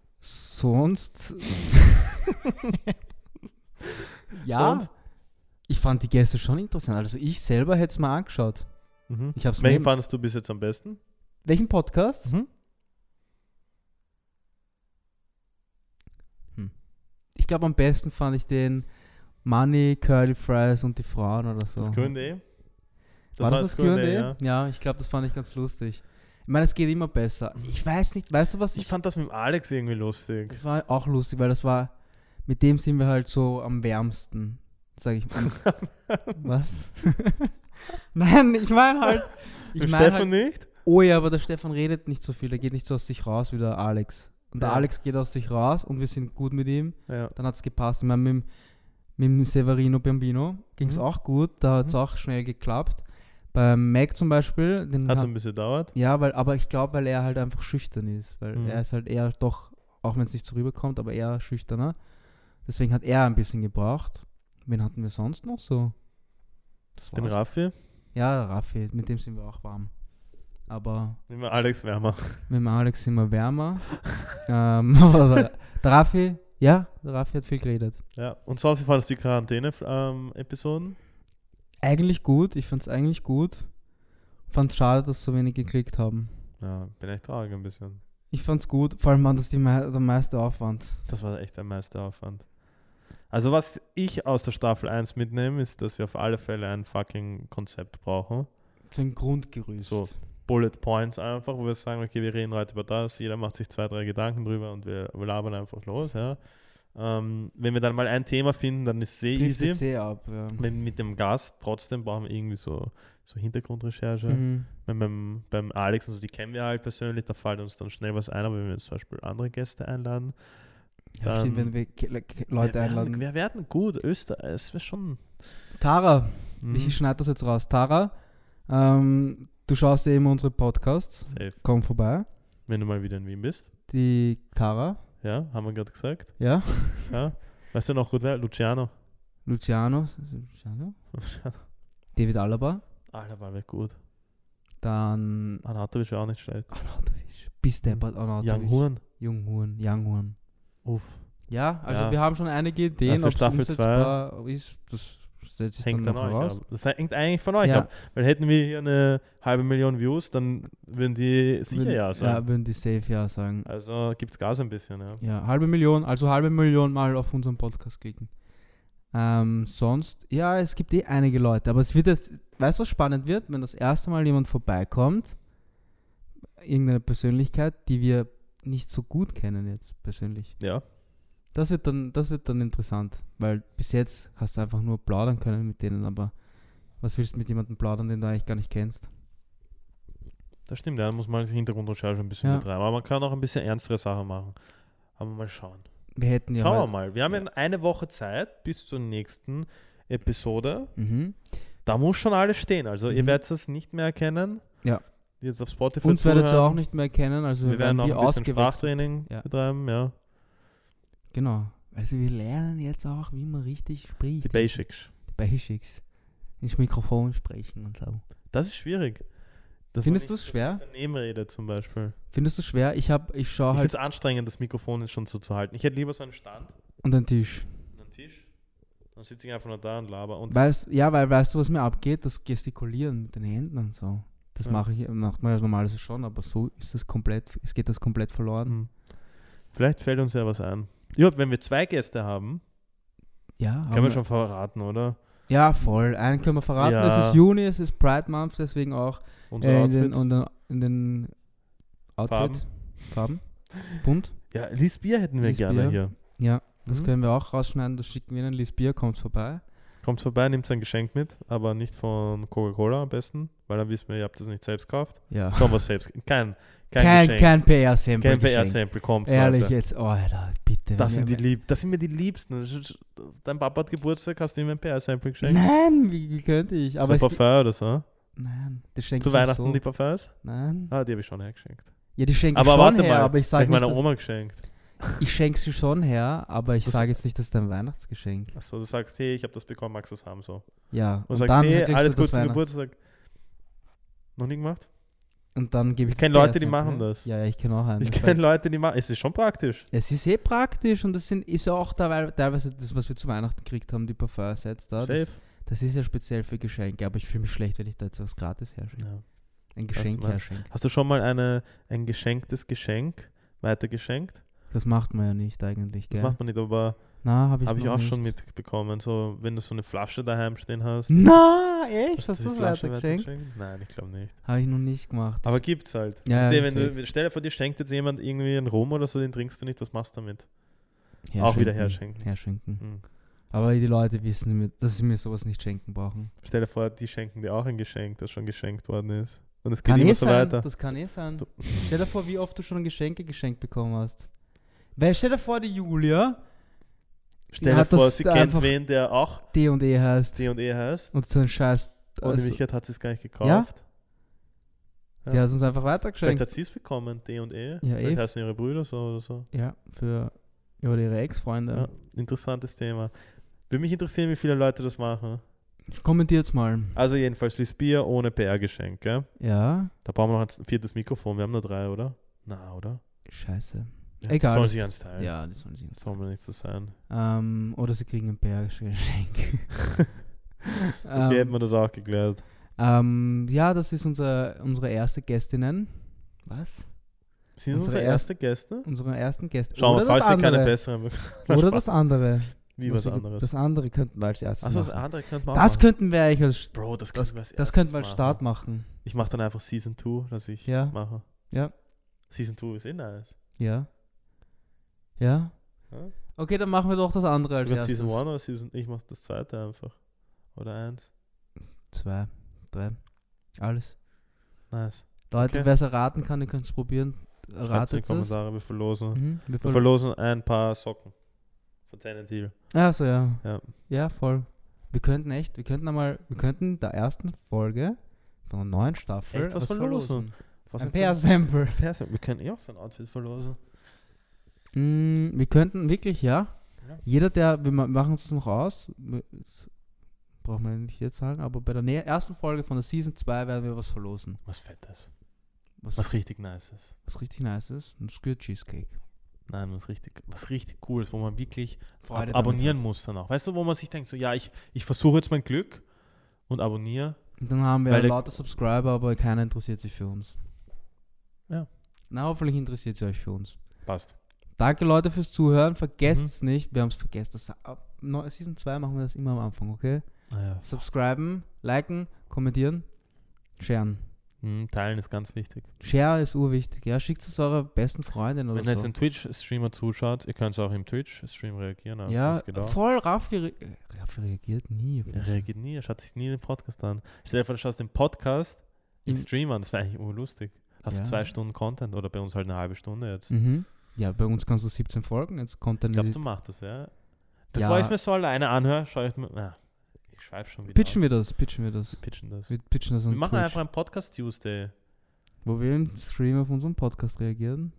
Speaker 1: sonst, ja,
Speaker 2: Sonst?
Speaker 1: ich fand die Gäste schon interessant. Also ich selber hätte es mal angeschaut.
Speaker 2: Mhm.
Speaker 1: Ich hab's Mhm. mir
Speaker 2: Welchen
Speaker 1: eben-
Speaker 2: fandest du bis jetzt am besten?
Speaker 1: Welchen Podcast? Ich glaube, am besten fand ich den Money, Curly Fries und die Frauen oder so.
Speaker 2: Das Q&A? Das
Speaker 1: war, das das Q&A? Ja,
Speaker 2: ja.
Speaker 1: ich glaube, das fand ich ganz lustig. Ich meine, es geht immer besser. Ich weiß nicht, weißt du, was
Speaker 2: Ich
Speaker 1: ich...
Speaker 2: fand das mit dem Alex irgendwie lustig.
Speaker 1: Das war auch lustig, weil das war... Mit dem sind wir halt so am wärmsten, sag ich mal. was? Nein, ich meine halt... Ich
Speaker 2: Mit
Speaker 1: meine
Speaker 2: Stefan
Speaker 1: halt,
Speaker 2: nicht?
Speaker 1: oh ja, aber der Stefan redet nicht so viel. Der geht nicht so aus sich raus wie der Alex. Und der
Speaker 2: Ja.
Speaker 1: Alex geht aus sich raus und wir sind gut mit ihm.
Speaker 2: Ja.
Speaker 1: Dann hat es gepasst. Ich meine, mit, dem- mit dem Severino Bambino ging es
Speaker 2: Mhm.
Speaker 1: auch gut. Da hat es
Speaker 2: Mhm.
Speaker 1: auch schnell geklappt. Beim Mac zum Beispiel, den
Speaker 2: Hat so
Speaker 1: hat,
Speaker 2: ein bisschen gedauert.
Speaker 1: ja, weil, aber ich glaube, weil er halt einfach schüchtern ist. Weil
Speaker 2: Mhm.
Speaker 1: er ist halt eher doch, auch wenn es nicht so rüberkommt, aber eher schüchterner. Deswegen hat er ein bisschen gebraucht. Wen hatten wir sonst noch so? Das
Speaker 2: Den
Speaker 1: war's.
Speaker 2: Raffi?
Speaker 1: Ja, der Raffi, mit dem sind wir auch warm. Aber
Speaker 2: Nehmen wir Alex wärmer.
Speaker 1: mit dem Alex sind wir wärmer. ähm, aber der, der Raffi, ja, der Raffi hat viel geredet.
Speaker 2: Ja. Und sonst, wie fandest du die ähm, Quarantäne-Episoden?
Speaker 1: Eigentlich gut, ich fand's eigentlich gut. Fand's schade, dass so wenig geklickt haben.
Speaker 2: ja, bin echt traurig ein bisschen.
Speaker 1: Ich fand's gut, vor allem war das die mei der meiste Aufwand.
Speaker 2: Das war echt der meiste Aufwand. Also, was ich aus der Staffel 1 mitnehme, ist, dass wir auf alle Fälle ein fucking Konzept brauchen.
Speaker 1: So ein Grundgerüst.
Speaker 2: So. Bullet Points einfach, wo wir sagen, okay, wir reden heute über das, jeder macht sich zwei, drei Gedanken drüber und wir labern einfach los, ja. Ähm, wenn wir dann mal ein Thema finden, dann ist es eh
Speaker 1: Trifft jetzt
Speaker 2: easy.
Speaker 1: eh ab, ja.
Speaker 2: Mit, mit dem Gast trotzdem brauchen wir irgendwie so, so Hintergrundrecherche.
Speaker 1: Mhm.
Speaker 2: Bei meinem, beim Alex und so, die kennen wir halt persönlich, da fällt uns dann schnell was ein, aber wenn wir jetzt zum Beispiel andere Gäste einladen.
Speaker 1: Ja, stimmt,
Speaker 2: Dann-
Speaker 1: wenn wir Ke- Le- Ke- Leute
Speaker 2: wir werden,
Speaker 1: einladen.
Speaker 2: Wir werden gut, Österreich, es wäre schon.
Speaker 1: Tara,
Speaker 2: Mhm.
Speaker 1: ich schneide das jetzt raus. Tara, ähm, du schaust ja immer unsere Podcasts.
Speaker 2: Safe.
Speaker 1: Komm vorbei.
Speaker 2: Wenn du mal wieder in Wien bist.
Speaker 1: Die Tara,
Speaker 2: Ja, haben wir gerade gesagt.
Speaker 1: ja.
Speaker 2: Ja. Weißt du noch gut, wer? Luciano.
Speaker 1: Luciano, Luciano? David Alaba.
Speaker 2: Alter, war wir gut.
Speaker 1: Dann
Speaker 2: Anatovic war auch nicht schlecht.
Speaker 1: Arnautovic. Bis deppert Arnautovic.
Speaker 2: Young Horn.
Speaker 1: Junghuren, Younghuren.
Speaker 2: Uff.
Speaker 1: Ja, also
Speaker 2: Ja.
Speaker 1: wir haben schon einige Ideen,
Speaker 2: für
Speaker 1: ob's
Speaker 2: Staffel
Speaker 1: umsetzbar ist, das setzt sich
Speaker 2: Hängt
Speaker 1: dann
Speaker 2: an
Speaker 1: noch raus.
Speaker 2: euch ab. Das hängt eigentlich von euch
Speaker 1: Ja.
Speaker 2: ab. Weil hätten wir hier eine halbe Million Views, dann würden die sicher
Speaker 1: Würden-
Speaker 2: ja sagen.
Speaker 1: Ja, würden die safe ja sagen.
Speaker 2: Also gibt's Gas ein bisschen, ja.
Speaker 1: Ja, halbe Million, also halbe Million mal auf unseren Podcast klicken. Ähm, sonst, ja, es gibt eh einige Leute, aber es wird jetzt, weißt du, was spannend wird? Wenn das erste Mal jemand vorbeikommt, irgendeine Persönlichkeit, die wir nicht so gut kennen jetzt persönlich.
Speaker 2: Ja.
Speaker 1: Das wird dann, das wird dann interessant, weil bis jetzt hast du einfach nur plaudern können mit denen, aber was willst du mit jemandem plaudern, den du eigentlich gar nicht kennst?
Speaker 2: Das stimmt, ja, da muss man halt die Hintergrundrecherche ein bisschen
Speaker 1: Ja.
Speaker 2: betreiben. Aber man kann auch ein bisschen ernstere Sachen machen. Aber mal schauen.
Speaker 1: Wir hätten ja.
Speaker 2: Schauen wir
Speaker 1: heut-
Speaker 2: mal. Wir haben ja. eine Woche Zeit bis zur nächsten Episode.
Speaker 1: Mhm.
Speaker 2: Da muss schon alles stehen. Also ihr
Speaker 1: Mhm.
Speaker 2: werdet es nicht mehr erkennen.
Speaker 1: Ja.
Speaker 2: Die Jetzt auf Spotify
Speaker 1: Uns werdet ihr
Speaker 2: zuhören.
Speaker 1: auch nicht mehr kennen, also
Speaker 2: Wir werden noch
Speaker 1: hier
Speaker 2: ein bisschen
Speaker 1: ausgewechselt.
Speaker 2: Sprachtraining
Speaker 1: Ja.
Speaker 2: betreiben, ja.
Speaker 1: Genau. Also wir lernen jetzt auch, wie man richtig spricht.
Speaker 2: Die Basics.
Speaker 1: Die Basics. Ins Mikrofon sprechen und so.
Speaker 2: Das ist schwierig. Dass
Speaker 1: Findest
Speaker 2: man
Speaker 1: du's
Speaker 2: nicht-
Speaker 1: schwer?
Speaker 2: Dass man nicht daneben redet zum Beispiel.
Speaker 1: Findest du schwer? Ich habe, ich schaue
Speaker 2: ich
Speaker 1: halt
Speaker 2: finde es anstrengend, das Mikrofon jetzt schon so zu halten. Ich hätte lieber so einen Stand,
Speaker 1: an den Tisch.
Speaker 2: einen Tisch. Dann sitze ich einfach nur da und laber. Und
Speaker 1: Weißt, ja, weil weißt du, was mir abgeht? Das Gestikulieren mit den Händen und so. Das
Speaker 2: Ja.
Speaker 1: mache ich, macht man ja normalerweise schon, aber so ist das komplett, es geht das komplett verloren.
Speaker 2: Hm. Vielleicht fällt uns ja was ein. Ja, wenn wir zwei Gäste haben,
Speaker 1: Ja, aber-
Speaker 2: können wir schon verraten, oder?
Speaker 1: ja, voll. Einen können wir verraten.
Speaker 2: Ja.
Speaker 1: Es ist Juni, es ist Pride Month, deswegen auch
Speaker 2: Unsere
Speaker 1: äh, in, den,
Speaker 2: Outfits.
Speaker 1: in, den, in den Outfit. Farben. Bunt.
Speaker 2: ja, Lies Bier hätten wir
Speaker 1: Lies
Speaker 2: gerne
Speaker 1: Bier.
Speaker 2: hier.
Speaker 1: Ja, das
Speaker 2: Mhm.
Speaker 1: können wir auch rausschneiden. Das schicken wir in Lies Bier, kommt vorbei.
Speaker 2: Kommt vorbei, nimmt sein Geschenk mit, aber nicht von Coca-Cola am besten, weil dann wissen wir, ihr habt das nicht selbst gekauft.
Speaker 1: Ja.
Speaker 2: Schon was selbst. Kein, kein,
Speaker 1: Kein,
Speaker 2: Geschenk.
Speaker 1: kein PR-Sample.
Speaker 2: Kein PR-Sample kommt.
Speaker 1: Ehrlich
Speaker 2: Leute.
Speaker 1: jetzt, oh, Alter, bitte.
Speaker 2: Das
Speaker 1: wenn
Speaker 2: sind, die
Speaker 1: ihr-
Speaker 2: lieb, das sind mir die Liebsten. Das ist- Dein Papa hat Geburtstag, hast du ihm ein PR-Sample geschenkt?
Speaker 1: Nein, wie, wie könnte ich?
Speaker 2: Aber
Speaker 1: Aber
Speaker 2: so
Speaker 1: es
Speaker 2: ein
Speaker 1: gibt-
Speaker 2: Parfum oder so.
Speaker 1: Nein, das schenke
Speaker 2: Zu
Speaker 1: ich nicht
Speaker 2: Weihnachten
Speaker 1: so.
Speaker 2: die Parfums?
Speaker 1: Nein.
Speaker 2: Ah, die habe ich schon hergeschenkt.
Speaker 1: Ja, die schenke ich
Speaker 2: Aber
Speaker 1: schon
Speaker 2: warte
Speaker 1: her,
Speaker 2: mal,
Speaker 1: aber ich
Speaker 2: Habe
Speaker 1: sage
Speaker 2: ich
Speaker 1: nicht,
Speaker 2: meiner
Speaker 1: dass,
Speaker 2: Oma geschenkt.
Speaker 1: ich schenke sie schon her, aber ich
Speaker 2: Das-
Speaker 1: sage jetzt nicht, dass dein Weihnachtsgeschenk.
Speaker 2: Achso, du sagst, hey, ich habe das bekommen, magst du es haben? So.
Speaker 1: Ja,
Speaker 2: Und, sagst,
Speaker 1: dann
Speaker 2: hey,
Speaker 1: kriegst
Speaker 2: alles
Speaker 1: du das
Speaker 2: Gute zum
Speaker 1: Weihnacht-
Speaker 2: Geburtstag. Noch nie gemacht?
Speaker 1: Und dann gebe ich
Speaker 2: Ich kenn
Speaker 1: das
Speaker 2: Leute, die
Speaker 1: PR-Sample.
Speaker 2: machen das.
Speaker 1: Ja, ja, ich kenne auch einen.
Speaker 2: ich
Speaker 1: Das
Speaker 2: kenne Leute, die machen. Es ist schon praktisch.
Speaker 1: Es ist eh praktisch und das sind, ist ja auch dabei, teilweise das, was wir zu Weihnachten gekriegt haben, die Parfum-Sets da.
Speaker 2: Safe.
Speaker 1: Das, das ist ja speziell für Geschenke, aber ich fühle mich schlecht, wenn ich da jetzt was gratis herschenke.
Speaker 2: Ja.
Speaker 1: Ein Geschenk
Speaker 2: meinst.
Speaker 1: herschenke.
Speaker 2: Hast du schon mal eine, ein geschenktes Geschenk weitergeschenkt?
Speaker 1: Das macht man ja nicht eigentlich,
Speaker 2: Das
Speaker 1: gell?
Speaker 2: macht man nicht, aber
Speaker 1: Na, habe ich,
Speaker 2: habe ich
Speaker 1: noch
Speaker 2: auch
Speaker 1: nicht.
Speaker 2: schon mitbekommen. So, wenn du so eine Flasche daheim stehen hast.
Speaker 1: Na, echt?
Speaker 2: Hast
Speaker 1: Hast
Speaker 2: die
Speaker 1: du es
Speaker 2: Flasche
Speaker 1: weitergeschenkt?
Speaker 2: weitergeschenkt? Nein, ich glaube nicht.
Speaker 1: Habe ich noch nicht gemacht. Das
Speaker 2: Aber gibt's halt.
Speaker 1: Ja,
Speaker 2: Weißt du,
Speaker 1: ja,
Speaker 2: wenn
Speaker 1: safe.
Speaker 2: du, stell dir vor, dir schenkt jetzt jemand irgendwie einen Rum oder so, den trinkst du nicht, was machst du damit? auch
Speaker 1: herschenken.
Speaker 2: wieder herschenken.
Speaker 1: Herschenken.
Speaker 2: Hm.
Speaker 1: Aber die Leute wissen, mir- dass sie mir sowas nicht schenken brauchen.
Speaker 2: Stell dir vor, die schenken dir auch ein Geschenk, das schon geschenkt worden ist. Und es geht
Speaker 1: Kann eh
Speaker 2: immer so
Speaker 1: sein.
Speaker 2: weiter.
Speaker 1: Das kann eh sein.
Speaker 2: Du-
Speaker 1: Stell dir vor, wie oft du schon Geschenke geschenkt bekommen hast. Weil stell dir vor, die Julia,
Speaker 2: Stell dir
Speaker 1: hat
Speaker 2: vor,
Speaker 1: das
Speaker 2: sie
Speaker 1: da
Speaker 2: kennt
Speaker 1: einfach-
Speaker 2: wen, der auch
Speaker 1: D und E heißt
Speaker 2: D und E heißt.
Speaker 1: und so einen Scheiß.
Speaker 2: Und in
Speaker 1: Also,
Speaker 2: Wirklichkeit hat sie es gar nicht gekauft.
Speaker 1: Sie hat es uns einfach
Speaker 2: Vielleicht
Speaker 1: weitergeschenkt.
Speaker 2: hat sie es bekommen, D und E.
Speaker 1: Ja,
Speaker 2: Vielleicht
Speaker 1: eh.
Speaker 2: heißen ihre Brüder so oder so.
Speaker 1: Ja, für ja, oder ihre Ex-Freunde.
Speaker 2: Ja. Interessantes Thema. Würde mich interessieren, wie viele Leute das machen.
Speaker 1: Kommentiert's mal.
Speaker 2: Also jedenfalls Lies Bier ohne PR-Geschenk, gell?
Speaker 1: Ja,
Speaker 2: Da brauchen wir noch ein viertes Mikrofon. Wir haben nur drei, oder? Na, oder?
Speaker 1: scheiße.
Speaker 2: Ja,
Speaker 1: Egal,
Speaker 2: Das soll
Speaker 1: das-
Speaker 2: sich eins teilen.
Speaker 1: Ja, das sollen sie
Speaker 2: Das
Speaker 1: jetzt.
Speaker 2: soll mir nicht so sein.
Speaker 1: Ähm, oder sie kriegen ein Ähm, PR-Geschenk.
Speaker 2: Okay, hätten wir das auch geklärt.
Speaker 1: Ähm, ja, das ist unser, unsere erste Gästinnen. Was?
Speaker 2: Sind
Speaker 1: unsere
Speaker 2: das unsere erste Gäste?
Speaker 1: Unsere ersten Gäste.
Speaker 2: Schauen
Speaker 1: Oder
Speaker 2: wir, falls
Speaker 1: das
Speaker 2: wir keine
Speaker 1: andere.
Speaker 2: besseren bekommen.
Speaker 1: Oder
Speaker 2: Spaß.
Speaker 1: das andere.
Speaker 2: Wie
Speaker 1: Was
Speaker 2: was
Speaker 1: wir-
Speaker 2: anderes.
Speaker 1: Das andere könnten wir als erstes
Speaker 2: Achso, das
Speaker 1: machen.
Speaker 2: andere könnte man auch
Speaker 1: Das
Speaker 2: machen.
Speaker 1: könnten wir eigentlich als,
Speaker 2: Bro, das könnten wir als
Speaker 1: das
Speaker 2: erstes
Speaker 1: könnten wir als
Speaker 2: machen.
Speaker 1: Start machen.
Speaker 2: Ich mache dann einfach Season 2, dass ich
Speaker 1: Ja.
Speaker 2: mache.
Speaker 1: Ja.
Speaker 2: Season 2 ist eh nice.
Speaker 1: Ja. Ja.
Speaker 2: Ja.
Speaker 1: Okay, dann machen wir doch das andere
Speaker 2: Du
Speaker 1: als
Speaker 2: kannst
Speaker 1: erstes.
Speaker 2: Season 1 oder Season... Ich mache das zweite einfach. Oder eins.
Speaker 1: Zwei, drei, alles.
Speaker 2: Nice.
Speaker 1: Leute,
Speaker 2: Okay.
Speaker 1: wer es erraten kann, ihr könnt es probieren.
Speaker 2: Schreibt in die
Speaker 1: Erratet es.
Speaker 2: Kommentare, wir verlosen.
Speaker 1: Mhm, wir
Speaker 2: Wir
Speaker 1: verlo-
Speaker 2: verlosen ein paar Socken. Von Tenant Hill.
Speaker 1: Ach so, ja.
Speaker 2: Ja.
Speaker 1: Ja, voll. Wir könnten echt, wir könnten einmal, wir könnten der ersten Folge von der neuen Staffel
Speaker 2: Echt, was verlosen?
Speaker 1: Was ein
Speaker 2: hat's denn-
Speaker 1: PR-Sample.
Speaker 2: Perser. Wir können eh auch so ein Outfit verlosen.
Speaker 1: Mm, wir könnten wirklich, ja.
Speaker 2: Ja.
Speaker 1: Jeder, der, wir ma- machen uns das noch aus, wir- das braucht man nicht jetzt sagen, aber bei der nä- ersten Folge von der Season 2 werden wir was verlosen.
Speaker 2: Was Fettes.
Speaker 1: Was,
Speaker 2: Was richtig Nices.
Speaker 1: was richtig nice ist, ein Skür Cheesecake.
Speaker 2: Nein, was richtig, was richtig Cooles, wo man wirklich ab
Speaker 1: Freude damit
Speaker 2: abonnieren
Speaker 1: hat.
Speaker 2: muss dann auch. Weißt du, wo man sich denkt, so ja, ich, ich versuche jetzt mein Glück und abonniere.
Speaker 1: Und dann haben wir halt
Speaker 2: Weil der-
Speaker 1: lauter Subscriber, aber keiner interessiert sich für uns.
Speaker 2: Ja.
Speaker 1: Na, hoffentlich interessiert sie euch für uns.
Speaker 2: Passt.
Speaker 1: Danke, Leute, fürs Zuhören. Vergesst
Speaker 2: Mhm.
Speaker 1: es nicht. Wir haben es vergessen. Das, ab neu- Season 2 machen wir das immer am Anfang, okay?
Speaker 2: Naja.
Speaker 1: Subscriben, liken, kommentieren, sharen.
Speaker 2: Mhm, teilen ist ganz wichtig.
Speaker 1: Share ist urwichtig. Ja, schickt es eurer besten Freundin oder
Speaker 2: Wenn jetzt
Speaker 1: so.
Speaker 2: ein Twitch-Streamer zuschaut, ihr könnt auch im Twitch-Stream reagieren. auf
Speaker 1: ja,
Speaker 2: das genau.
Speaker 1: voll Raffi, re äh, Raffi reagiert nie. auf
Speaker 2: Er
Speaker 1: mich.
Speaker 2: reagiert nie, er schaut sich nie den Podcast an. Stell dir vor, du schaust den Podcast im
Speaker 1: Im-
Speaker 2: Stream an, das wäre eigentlich urlustig. Hast
Speaker 1: Hm. Ja.
Speaker 2: du zwei Stunden Content oder bei uns halt eine halbe Stunde jetzt.
Speaker 1: Mhm. Ja, bei uns kannst du 17 Folgen, jetzt kommt dann
Speaker 2: Glaubst
Speaker 1: die-
Speaker 2: du, macht das, ja? Bevor ich es mir so alleine anhöre, schaue ich mir. Na, ich schweife schon wieder.
Speaker 1: Pitchen wir das, pitchen wir das.
Speaker 2: ab. pitchen das.
Speaker 1: Wir pitchen das
Speaker 2: Wir
Speaker 1: an
Speaker 2: machen
Speaker 1: Twitch,
Speaker 2: einfach einen Podcast Tuesday.
Speaker 1: Wo wir im Stream auf unseren Podcast reagieren.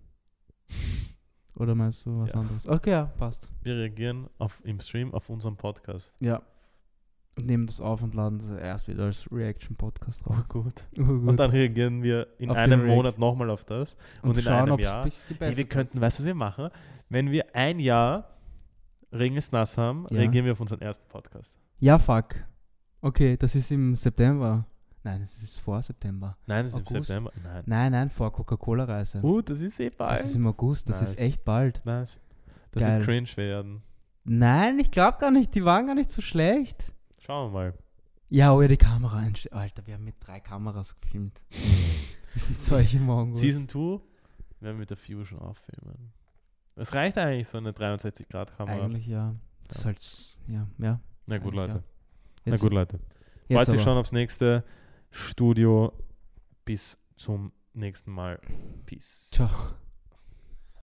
Speaker 1: Oder meinst du was
Speaker 2: Ja.
Speaker 1: anderes? Okay, ja, passt.
Speaker 2: Wir reagieren auf, im Stream auf unseren Podcast.
Speaker 1: Ja. Und nehmen das auf und laden es erst wieder als Reaction-Podcast
Speaker 2: Oh,
Speaker 1: drauf.
Speaker 2: gut.
Speaker 1: Urgut.
Speaker 2: Und dann reagieren wir in
Speaker 1: Auf den
Speaker 2: einem
Speaker 1: React.
Speaker 2: Monat nochmal auf das. und in einem
Speaker 1: ob's
Speaker 2: Jahr-
Speaker 1: ein bisschen
Speaker 2: Hey, wir
Speaker 1: gebessert
Speaker 2: könnten, weißt du, was wir machen? Wenn wir ein Jahr Regen ist nass haben,
Speaker 1: Ja.
Speaker 2: reagieren wir auf unseren ersten Podcast.
Speaker 1: wird. Ja, fuck. Okay, das ist im September. Nein, das ist vor September.
Speaker 2: Nein, das ist im
Speaker 1: August.
Speaker 2: September. Nein.
Speaker 1: Nein, nein, vor Coca-Cola-Reise.
Speaker 2: Uh, das ist eh bald.
Speaker 1: das ist im August, das ist
Speaker 2: Nice.
Speaker 1: echt bald.
Speaker 2: nice. Das
Speaker 1: Geil.
Speaker 2: wird cringe werden.
Speaker 1: Nein, ich glaube gar nicht, die waren gar nicht so schlecht.
Speaker 2: Schauen wir mal.
Speaker 1: Ja, oh ja, die Kamera einstellen. Alter, wir haben mit drei Kameras gefilmt. wir sind solche Mongos.
Speaker 2: Season 2 werden wir mit der Fusion auffilmen. Es reicht eigentlich so eine 63-Grad-Kamera.
Speaker 1: Eigentlich ja. Das ist halt, s- ja, ja.
Speaker 2: Na
Speaker 1: eigentlich,
Speaker 2: gut, Leute.
Speaker 1: ja.
Speaker 2: Na
Speaker 1: Jetzt-
Speaker 2: gut, Leute.
Speaker 1: Jetzt
Speaker 2: Freut sich
Speaker 1: aber.
Speaker 2: schon aufs nächste Studio. Bis zum nächsten Mal. Peace.
Speaker 1: Ciao.